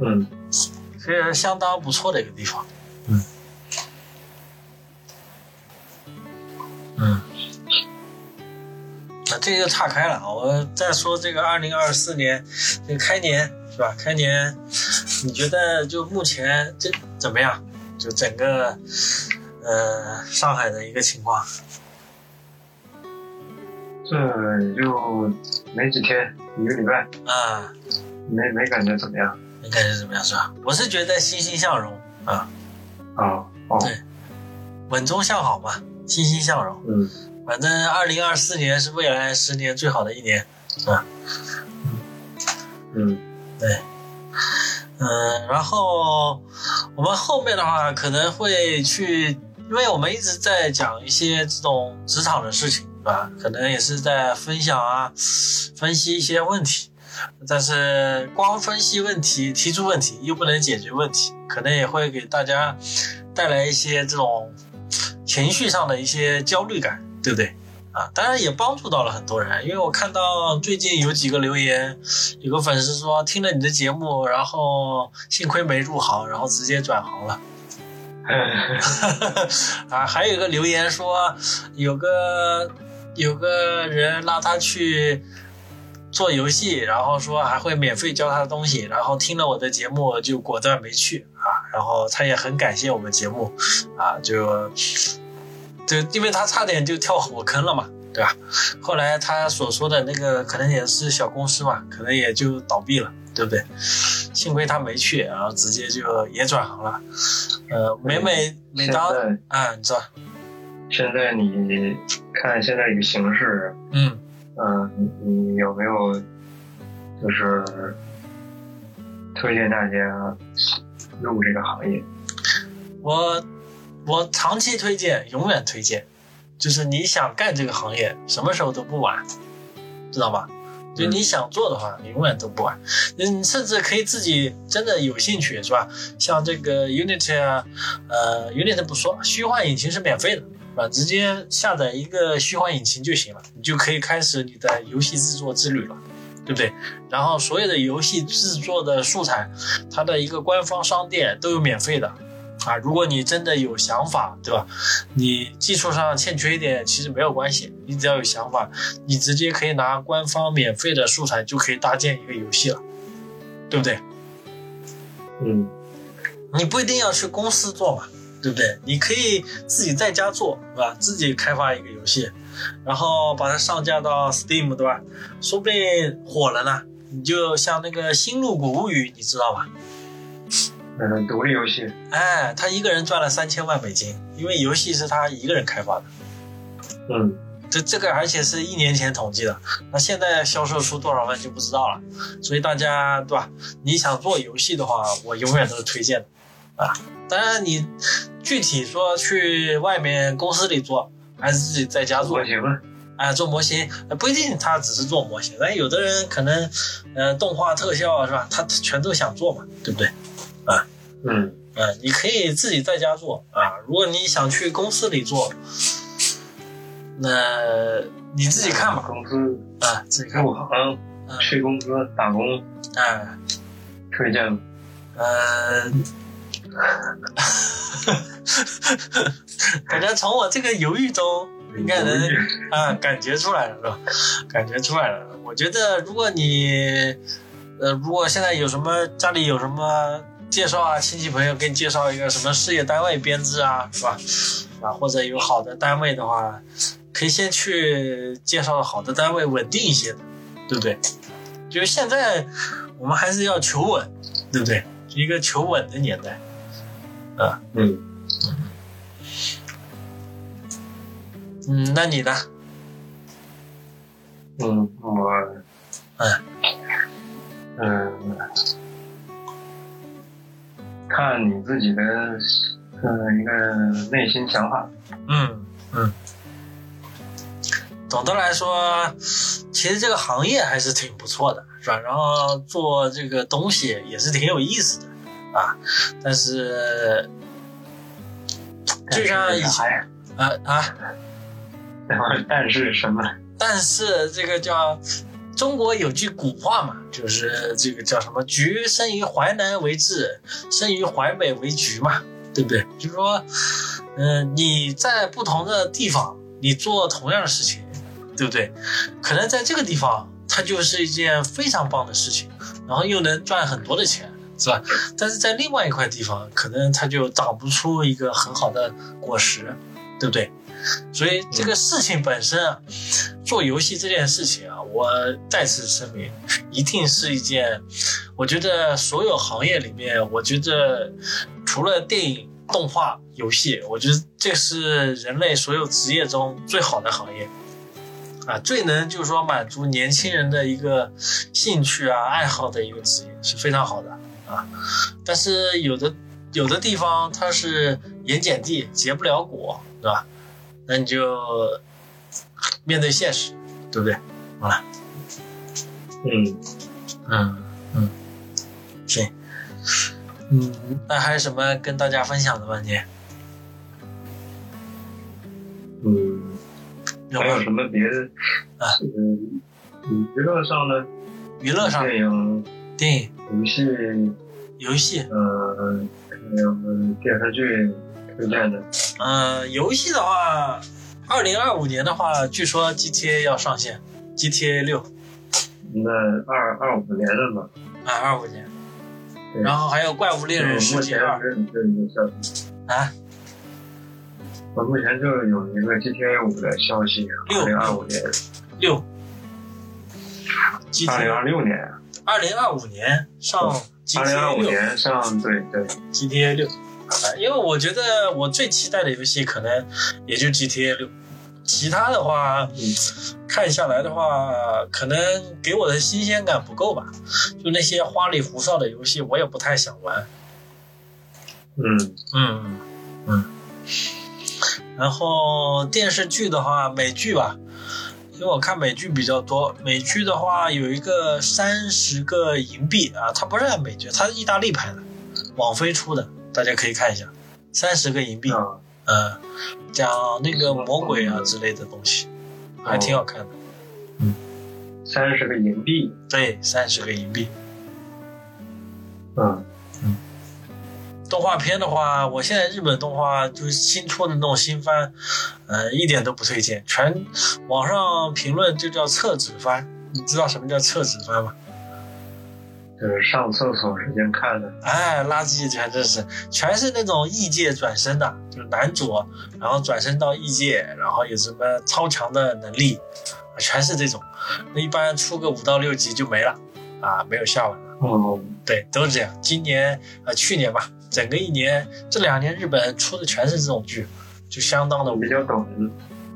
嗯，
是相当不错的一个地方。嗯，嗯，那这就岔开了。啊我再说这个二零二四年，这个开年是吧？开年，你觉得就目前这怎么样？就整个呃上海的一个情况，
这也就没几天，一个礼拜，
啊，
没没感觉怎么样
你感觉怎么样？是吧？我是觉得欣欣向荣啊，
啊？哦，
对稳中向好嘛，欣欣向荣。
嗯，
反正二零二四年是未来十年最好的一年。
嗯
嗯，然后我们后面的话可能会去，因为我们一直在讲一些这种职场的事情，对吧？可能也是在分享啊，分析一些问题。但是光分析问题、提出问题又不能解决问题，可能也会给大家带来一些这种情绪上的一些焦虑感，对不对？啊，当然也帮助到了很多人，因为我看到最近有几个留言，有个粉丝说听了你的节目，然后幸亏没入行，然后直接转行了。 啊，还有一个留言说有个有个人拉他去做游戏，然后说还会免费教他东西，然后听了我的节目就果断没去啊，然后他也很感谢我们节目啊，就就因为他差点就跳火坑了嘛。对吧？后来他所说的那个可能也是小公司嘛，可能也就倒闭了，对不对？幸亏他没去，然后直接就也转行了。呃，每每每
现
当
在
啊，你知道，
现在你看现在一个形势，
嗯
嗯，你有没有就是推荐大家入这个行业？，
我我长期推荐，永远推荐，就是你想干这个行业，什么时候都不晚，知道吧？就你想做的话，永远都不晚。你甚至可以自己真的有兴趣，是吧？像这个 Unity 啊，呃，Unity 不说，虚幻引擎是免费的，是吧？直接下载一个虚幻引擎就行了，你就可以开始你的游戏制作之旅了，对不对？然后所有的游戏制作的素材，它的一个官方商店都有免费的。啊，如果你真的有想法，对吧？你技术上欠缺一点，其实没有关系，你只要有想法，你直接可以拿官方免费的素材就可以搭建一个游戏了，对不对？
嗯
你不一定要去公司做嘛，对不对？你可以自己在家做，是吧？自己开发一个游戏，然后把它上架到 Steam，对吧？说不定火了呢。你就像那个《星露谷物语》，你知道吧？
嗯，独立游戏，
哎，他一个人赚了三千万美金，因为游戏是他一个人开发的。
嗯
这这个而且是一年前统计的，那现在销售出多少万就不知道了。所以大家对吧？你想做游戏的话，我永远都是推荐的啊。当然，你具体说去外面公司里做，还是自己在家做
我，喜欢，
哎，做模型呃不一定他只是做模型，但有的人可能，呃，动画特效啊，是吧？他他全都想做嘛，对不对？
嗯，
嗯，你可以自己在家做啊。如果你想去公司里做，那你自己看吧，
公司
啊，自己看吧，
入行
嗯，
去公司打工，
哎，
推荐吗
呃， 感觉从我这个犹豫中，应该能啊，感觉出来了是 吧？感觉出来了。我觉得如果你，呃，如果现在有什么家里有什么介绍啊，亲戚朋友给你介绍一个什么事业单位编制啊，是吧？啊，或者有好的单位的话，可以先去介绍好的单位，稳定一些的，对不对？就是现在我们还是要求稳，对不对？一个求稳的年代。
嗯，
嗯，那你呢？
嗯，我，
哎
嗯，看你自己的，呃，一个内心想法。
嗯，嗯，总的来说，其实这个行业还是挺不错的，是吧？然后做这个东西也是挺有意思的啊，但是就像以前
前，
啊啊，
等会儿 但是什么？
但是这个叫中国有句古话嘛，就是这个叫什么“橘生于淮南为枳，生于淮北为橘”嘛，对不对？就是说，嗯、你在不同的地方，你做同样的事情，对不对？可能在这个地方，它就是一件非常棒的事情，然后又能赚很多的钱。是吧？但是在另外一块地方，可能它就长不出一个很好的果实，对不对？所以这个事情本身啊，做游戏这件事情啊，我再次声明，一定是一件，我觉得所有行业里面，我觉得除了电影、动画、游戏，我觉得这是人类所有职业中最好的行业。啊，最能就是说满足年轻人的一个兴趣啊、爱好的一个职业是非常好的啊，但是有的有的地方它是盐碱地，结不了果，对吧？那你就面对现实，对不对？
嗯，
嗯嗯，行，嗯，那还有什么跟大家分享的吗？你
嗯。
有
还
没
有
有
什么别的？
啊
嗯，娱乐上呢？
娱乐上
电影、
电影、
游戏，
游戏？
呃，还有电视剧推荐的。
呃，游戏的话，二零二五年的话，据说 GTA 要上线，GTA 六
那二二五年的嘛，
啊，二五年，
对
然后还有《怪物猎人
就是
世
目
界
前
二
是这一个消息。》
啊，
我目前就有一个 GTA 五的消息，
六
二零二五年，
六
二零
，GTA
二六年，
二零二五年上
二零二
GTA
五
六。
年上，对对，
GTA 六，啊，因为我觉得我最期待的游戏可能也就 GTA 六，其他的话，看下来的话，可能给我的新鲜感不够吧。就那些花里胡哨的游戏，我也不太想玩。
嗯，
嗯嗯。然后电视剧的话，美剧吧，因为我看美剧比较多。美剧的话有一个三十个银币啊，它不是美剧，它是意大利拍的，网飞出的，大家可以看一下。三十个银币，嗯、
啊，
讲那个魔鬼啊之类的东西，还挺好看的。
三十个银币，
对，三十个银币。
嗯，
动画片的话，我现在日本动画就是新出的那种新番，呃，一点都不推荐，全网上评论就叫厕纸番。你知道什么叫厕纸番吗？
就是上厕所时间看的，
哎，垃圾全真是，全是那种异界转身的，就是男主，然后转身到异界，然后有什么超强的能力，全是这种。那一般出个五到六集就没了，啊，没有下文了。
嗯，
对，都是这样。今年呃，去年吧，整个一年，这两年日本出的全是这种剧，就相当的无
比较懂，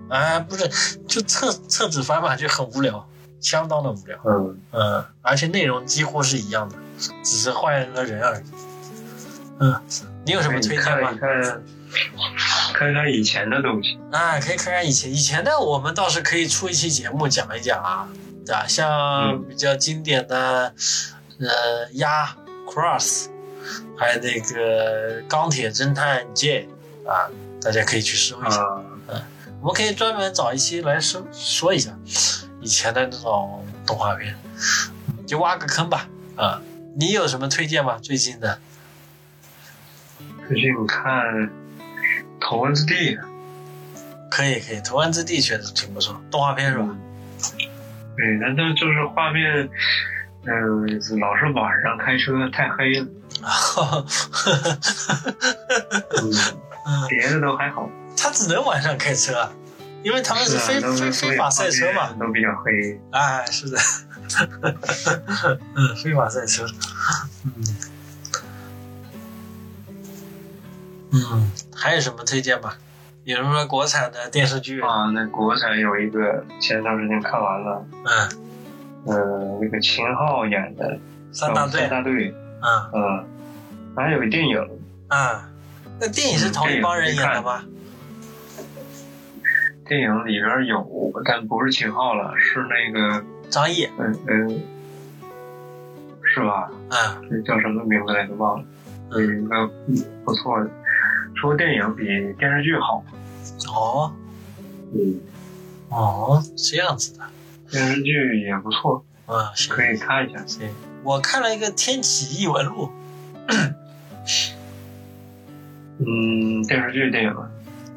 啊，不是，就厕厕纸翻嘛，就很无聊，相当的无聊。
嗯
嗯，而且内容几乎是一样的，只是换了人而已。嗯，你有什么推
你
荐
看
吗
一？看，看看以前的东西。
啊，可以看看以前以前的，我们倒是可以出一期节目讲一讲啊，对吧？像
嗯
比较经典的，呃，鸭 Cross，还有那个钢铁侦探 J 啊，大家可以去搜一下。
啊，
我们可以专门找一期来说说一下以前的那种动画片，就挖个坑吧。啊，你有什么推荐吗？最近的
最近我看《头文字 D》
可以可以，《头文字 D》确实挺不错，动画片是吧？
对，但它就是画面，嗯、老是晚上开车太黑了，
嗯，
别的都还好。
他只能晚上开车，啊因为他们是
是
非
啊，
非非法赛车嘛。，
都比较黑。
哎，是的， 嗯，非法赛车，嗯，嗯，还有什么推荐吗？有什么国产的电视剧？
啊，那国产有一个前段时间看完了，
嗯，
呃，那个秦昊演的呃
三大队
三，大队，
嗯
嗯，还有一电影，
嗯，那电影是同一帮人演的吗？
电影里边有，但不是秦昊了，是那个，
张译，
嗯嗯，是吧？
嗯
这叫什么名字来着？忘了。有
嗯，
一个不错的，说电影比电视剧好。
哦
嗯，
哦，这样子的，
电视剧也不错，
嗯，行
可以看一下。
行，我看了一个《天启异闻录》。
嗯，电视剧、电影。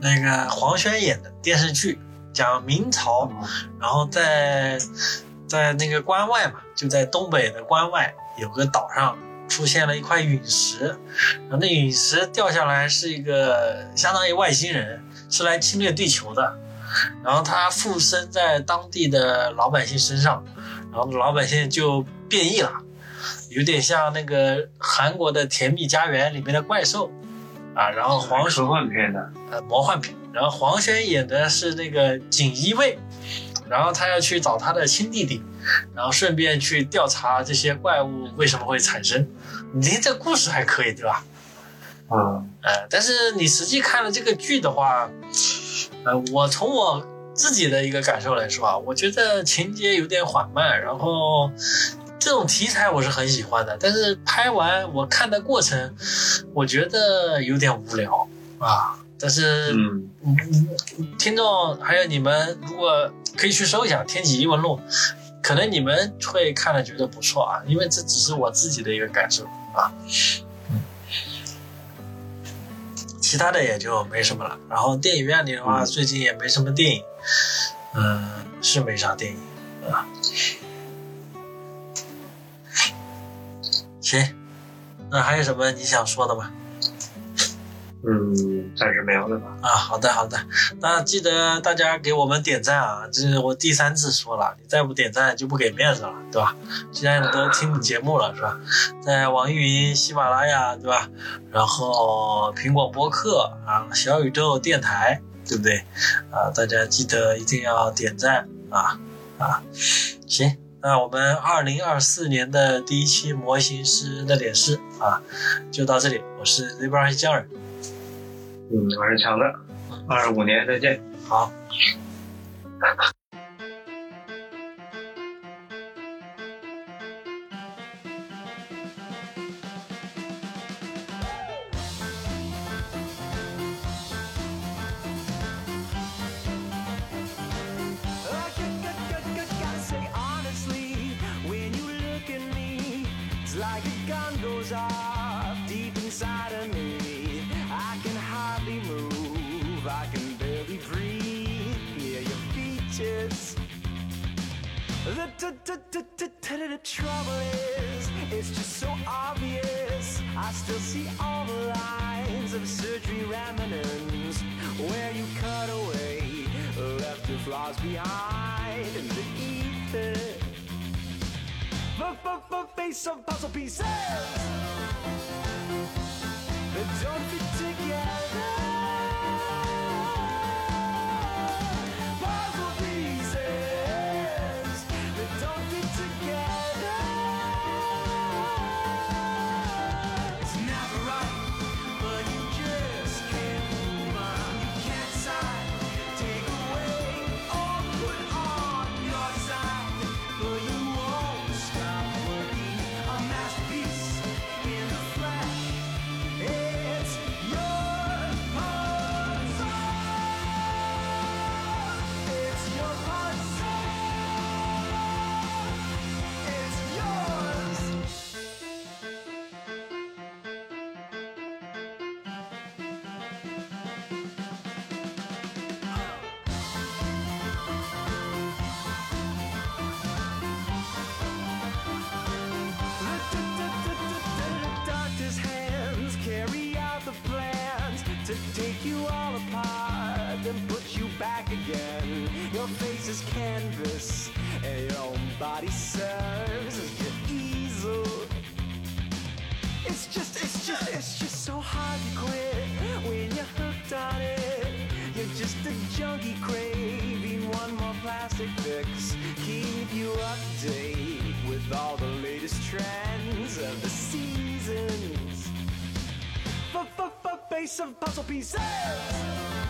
那个黄轩演的电视剧，讲明朝，然后在在那个关外嘛，就在东北的关外有个岛上出现了一块陨石，然后那陨石掉下来是一个相当于外星人，是来侵略地球的，然后他附身在当地的老百姓身上，然后老百姓就变异了，有点像那个韩国的《甜蜜家园》里面的怪兽。啊，然后黄
科幻片的。
呃魔幻片，然后黄轩演的是那个锦衣卫，然后他要去找他的亲弟弟，然后顺便去调查这些怪物为什么会产生。你听这故事还可以，对吧？
嗯，
呃，但是你实际看了这个剧的话，呃，我从我自己的一个感受来说啊，我觉得情节有点缓慢，然后这种题材我是很喜欢的，但是拍完我看的过程，我觉得有点无聊啊。但是，
嗯，
嗯，听众还有你们，如果可以去搜一下《天启异闻录》，可能你们会看了觉得不错啊，因为这只是我自己的一个感受啊。其他的也就没什么了。然后电影院里的话，
嗯
最近也没什么电影，嗯、是没啥电影啊。行，那还有什么你想说的吗？
嗯，暂时没有了吧？
啊，好的好的，那记得大家给我们点赞啊！这是我第三次说了，你再不点赞就不给面子了，对吧？既然你都听你节目了，是吧？在网易云、喜马拉雅，对吧？然后苹果播客啊，小宇宙电台，对不对？啊，大家记得一定要点赞啊啊！行，那我们二零二四年的第一期模型师那点事啊，就到这里。我是 Zebra 黑匠人，
嗯，我是强子，二十五年再见。
好。
I could- could- could- could gotta say honestly, when you look at me, it's like a gun goes off deep inside of me. I can hardly move, I can barely breathe. Yeah, your features. The, the, the, the, the, the, the trouble is, it's just so obvious. I still see all the lines of surgery remnants where you cut away, left your flaws behind in the ether. But, but, but, face of puzzle pieces that don't fit together. Puzzle pieces that don't fit together. It's never right, but you just can't move on. You you all apart, then put you back again. Your face is canvas, and your own body serves as your easel. It's just, it's just, it's just so hard to quit when you're hooked on it. You're just a junkie craving one more plastic fix. Keep you update with all the latest trends of the seasons. F-f-f-face of puzzle pieces.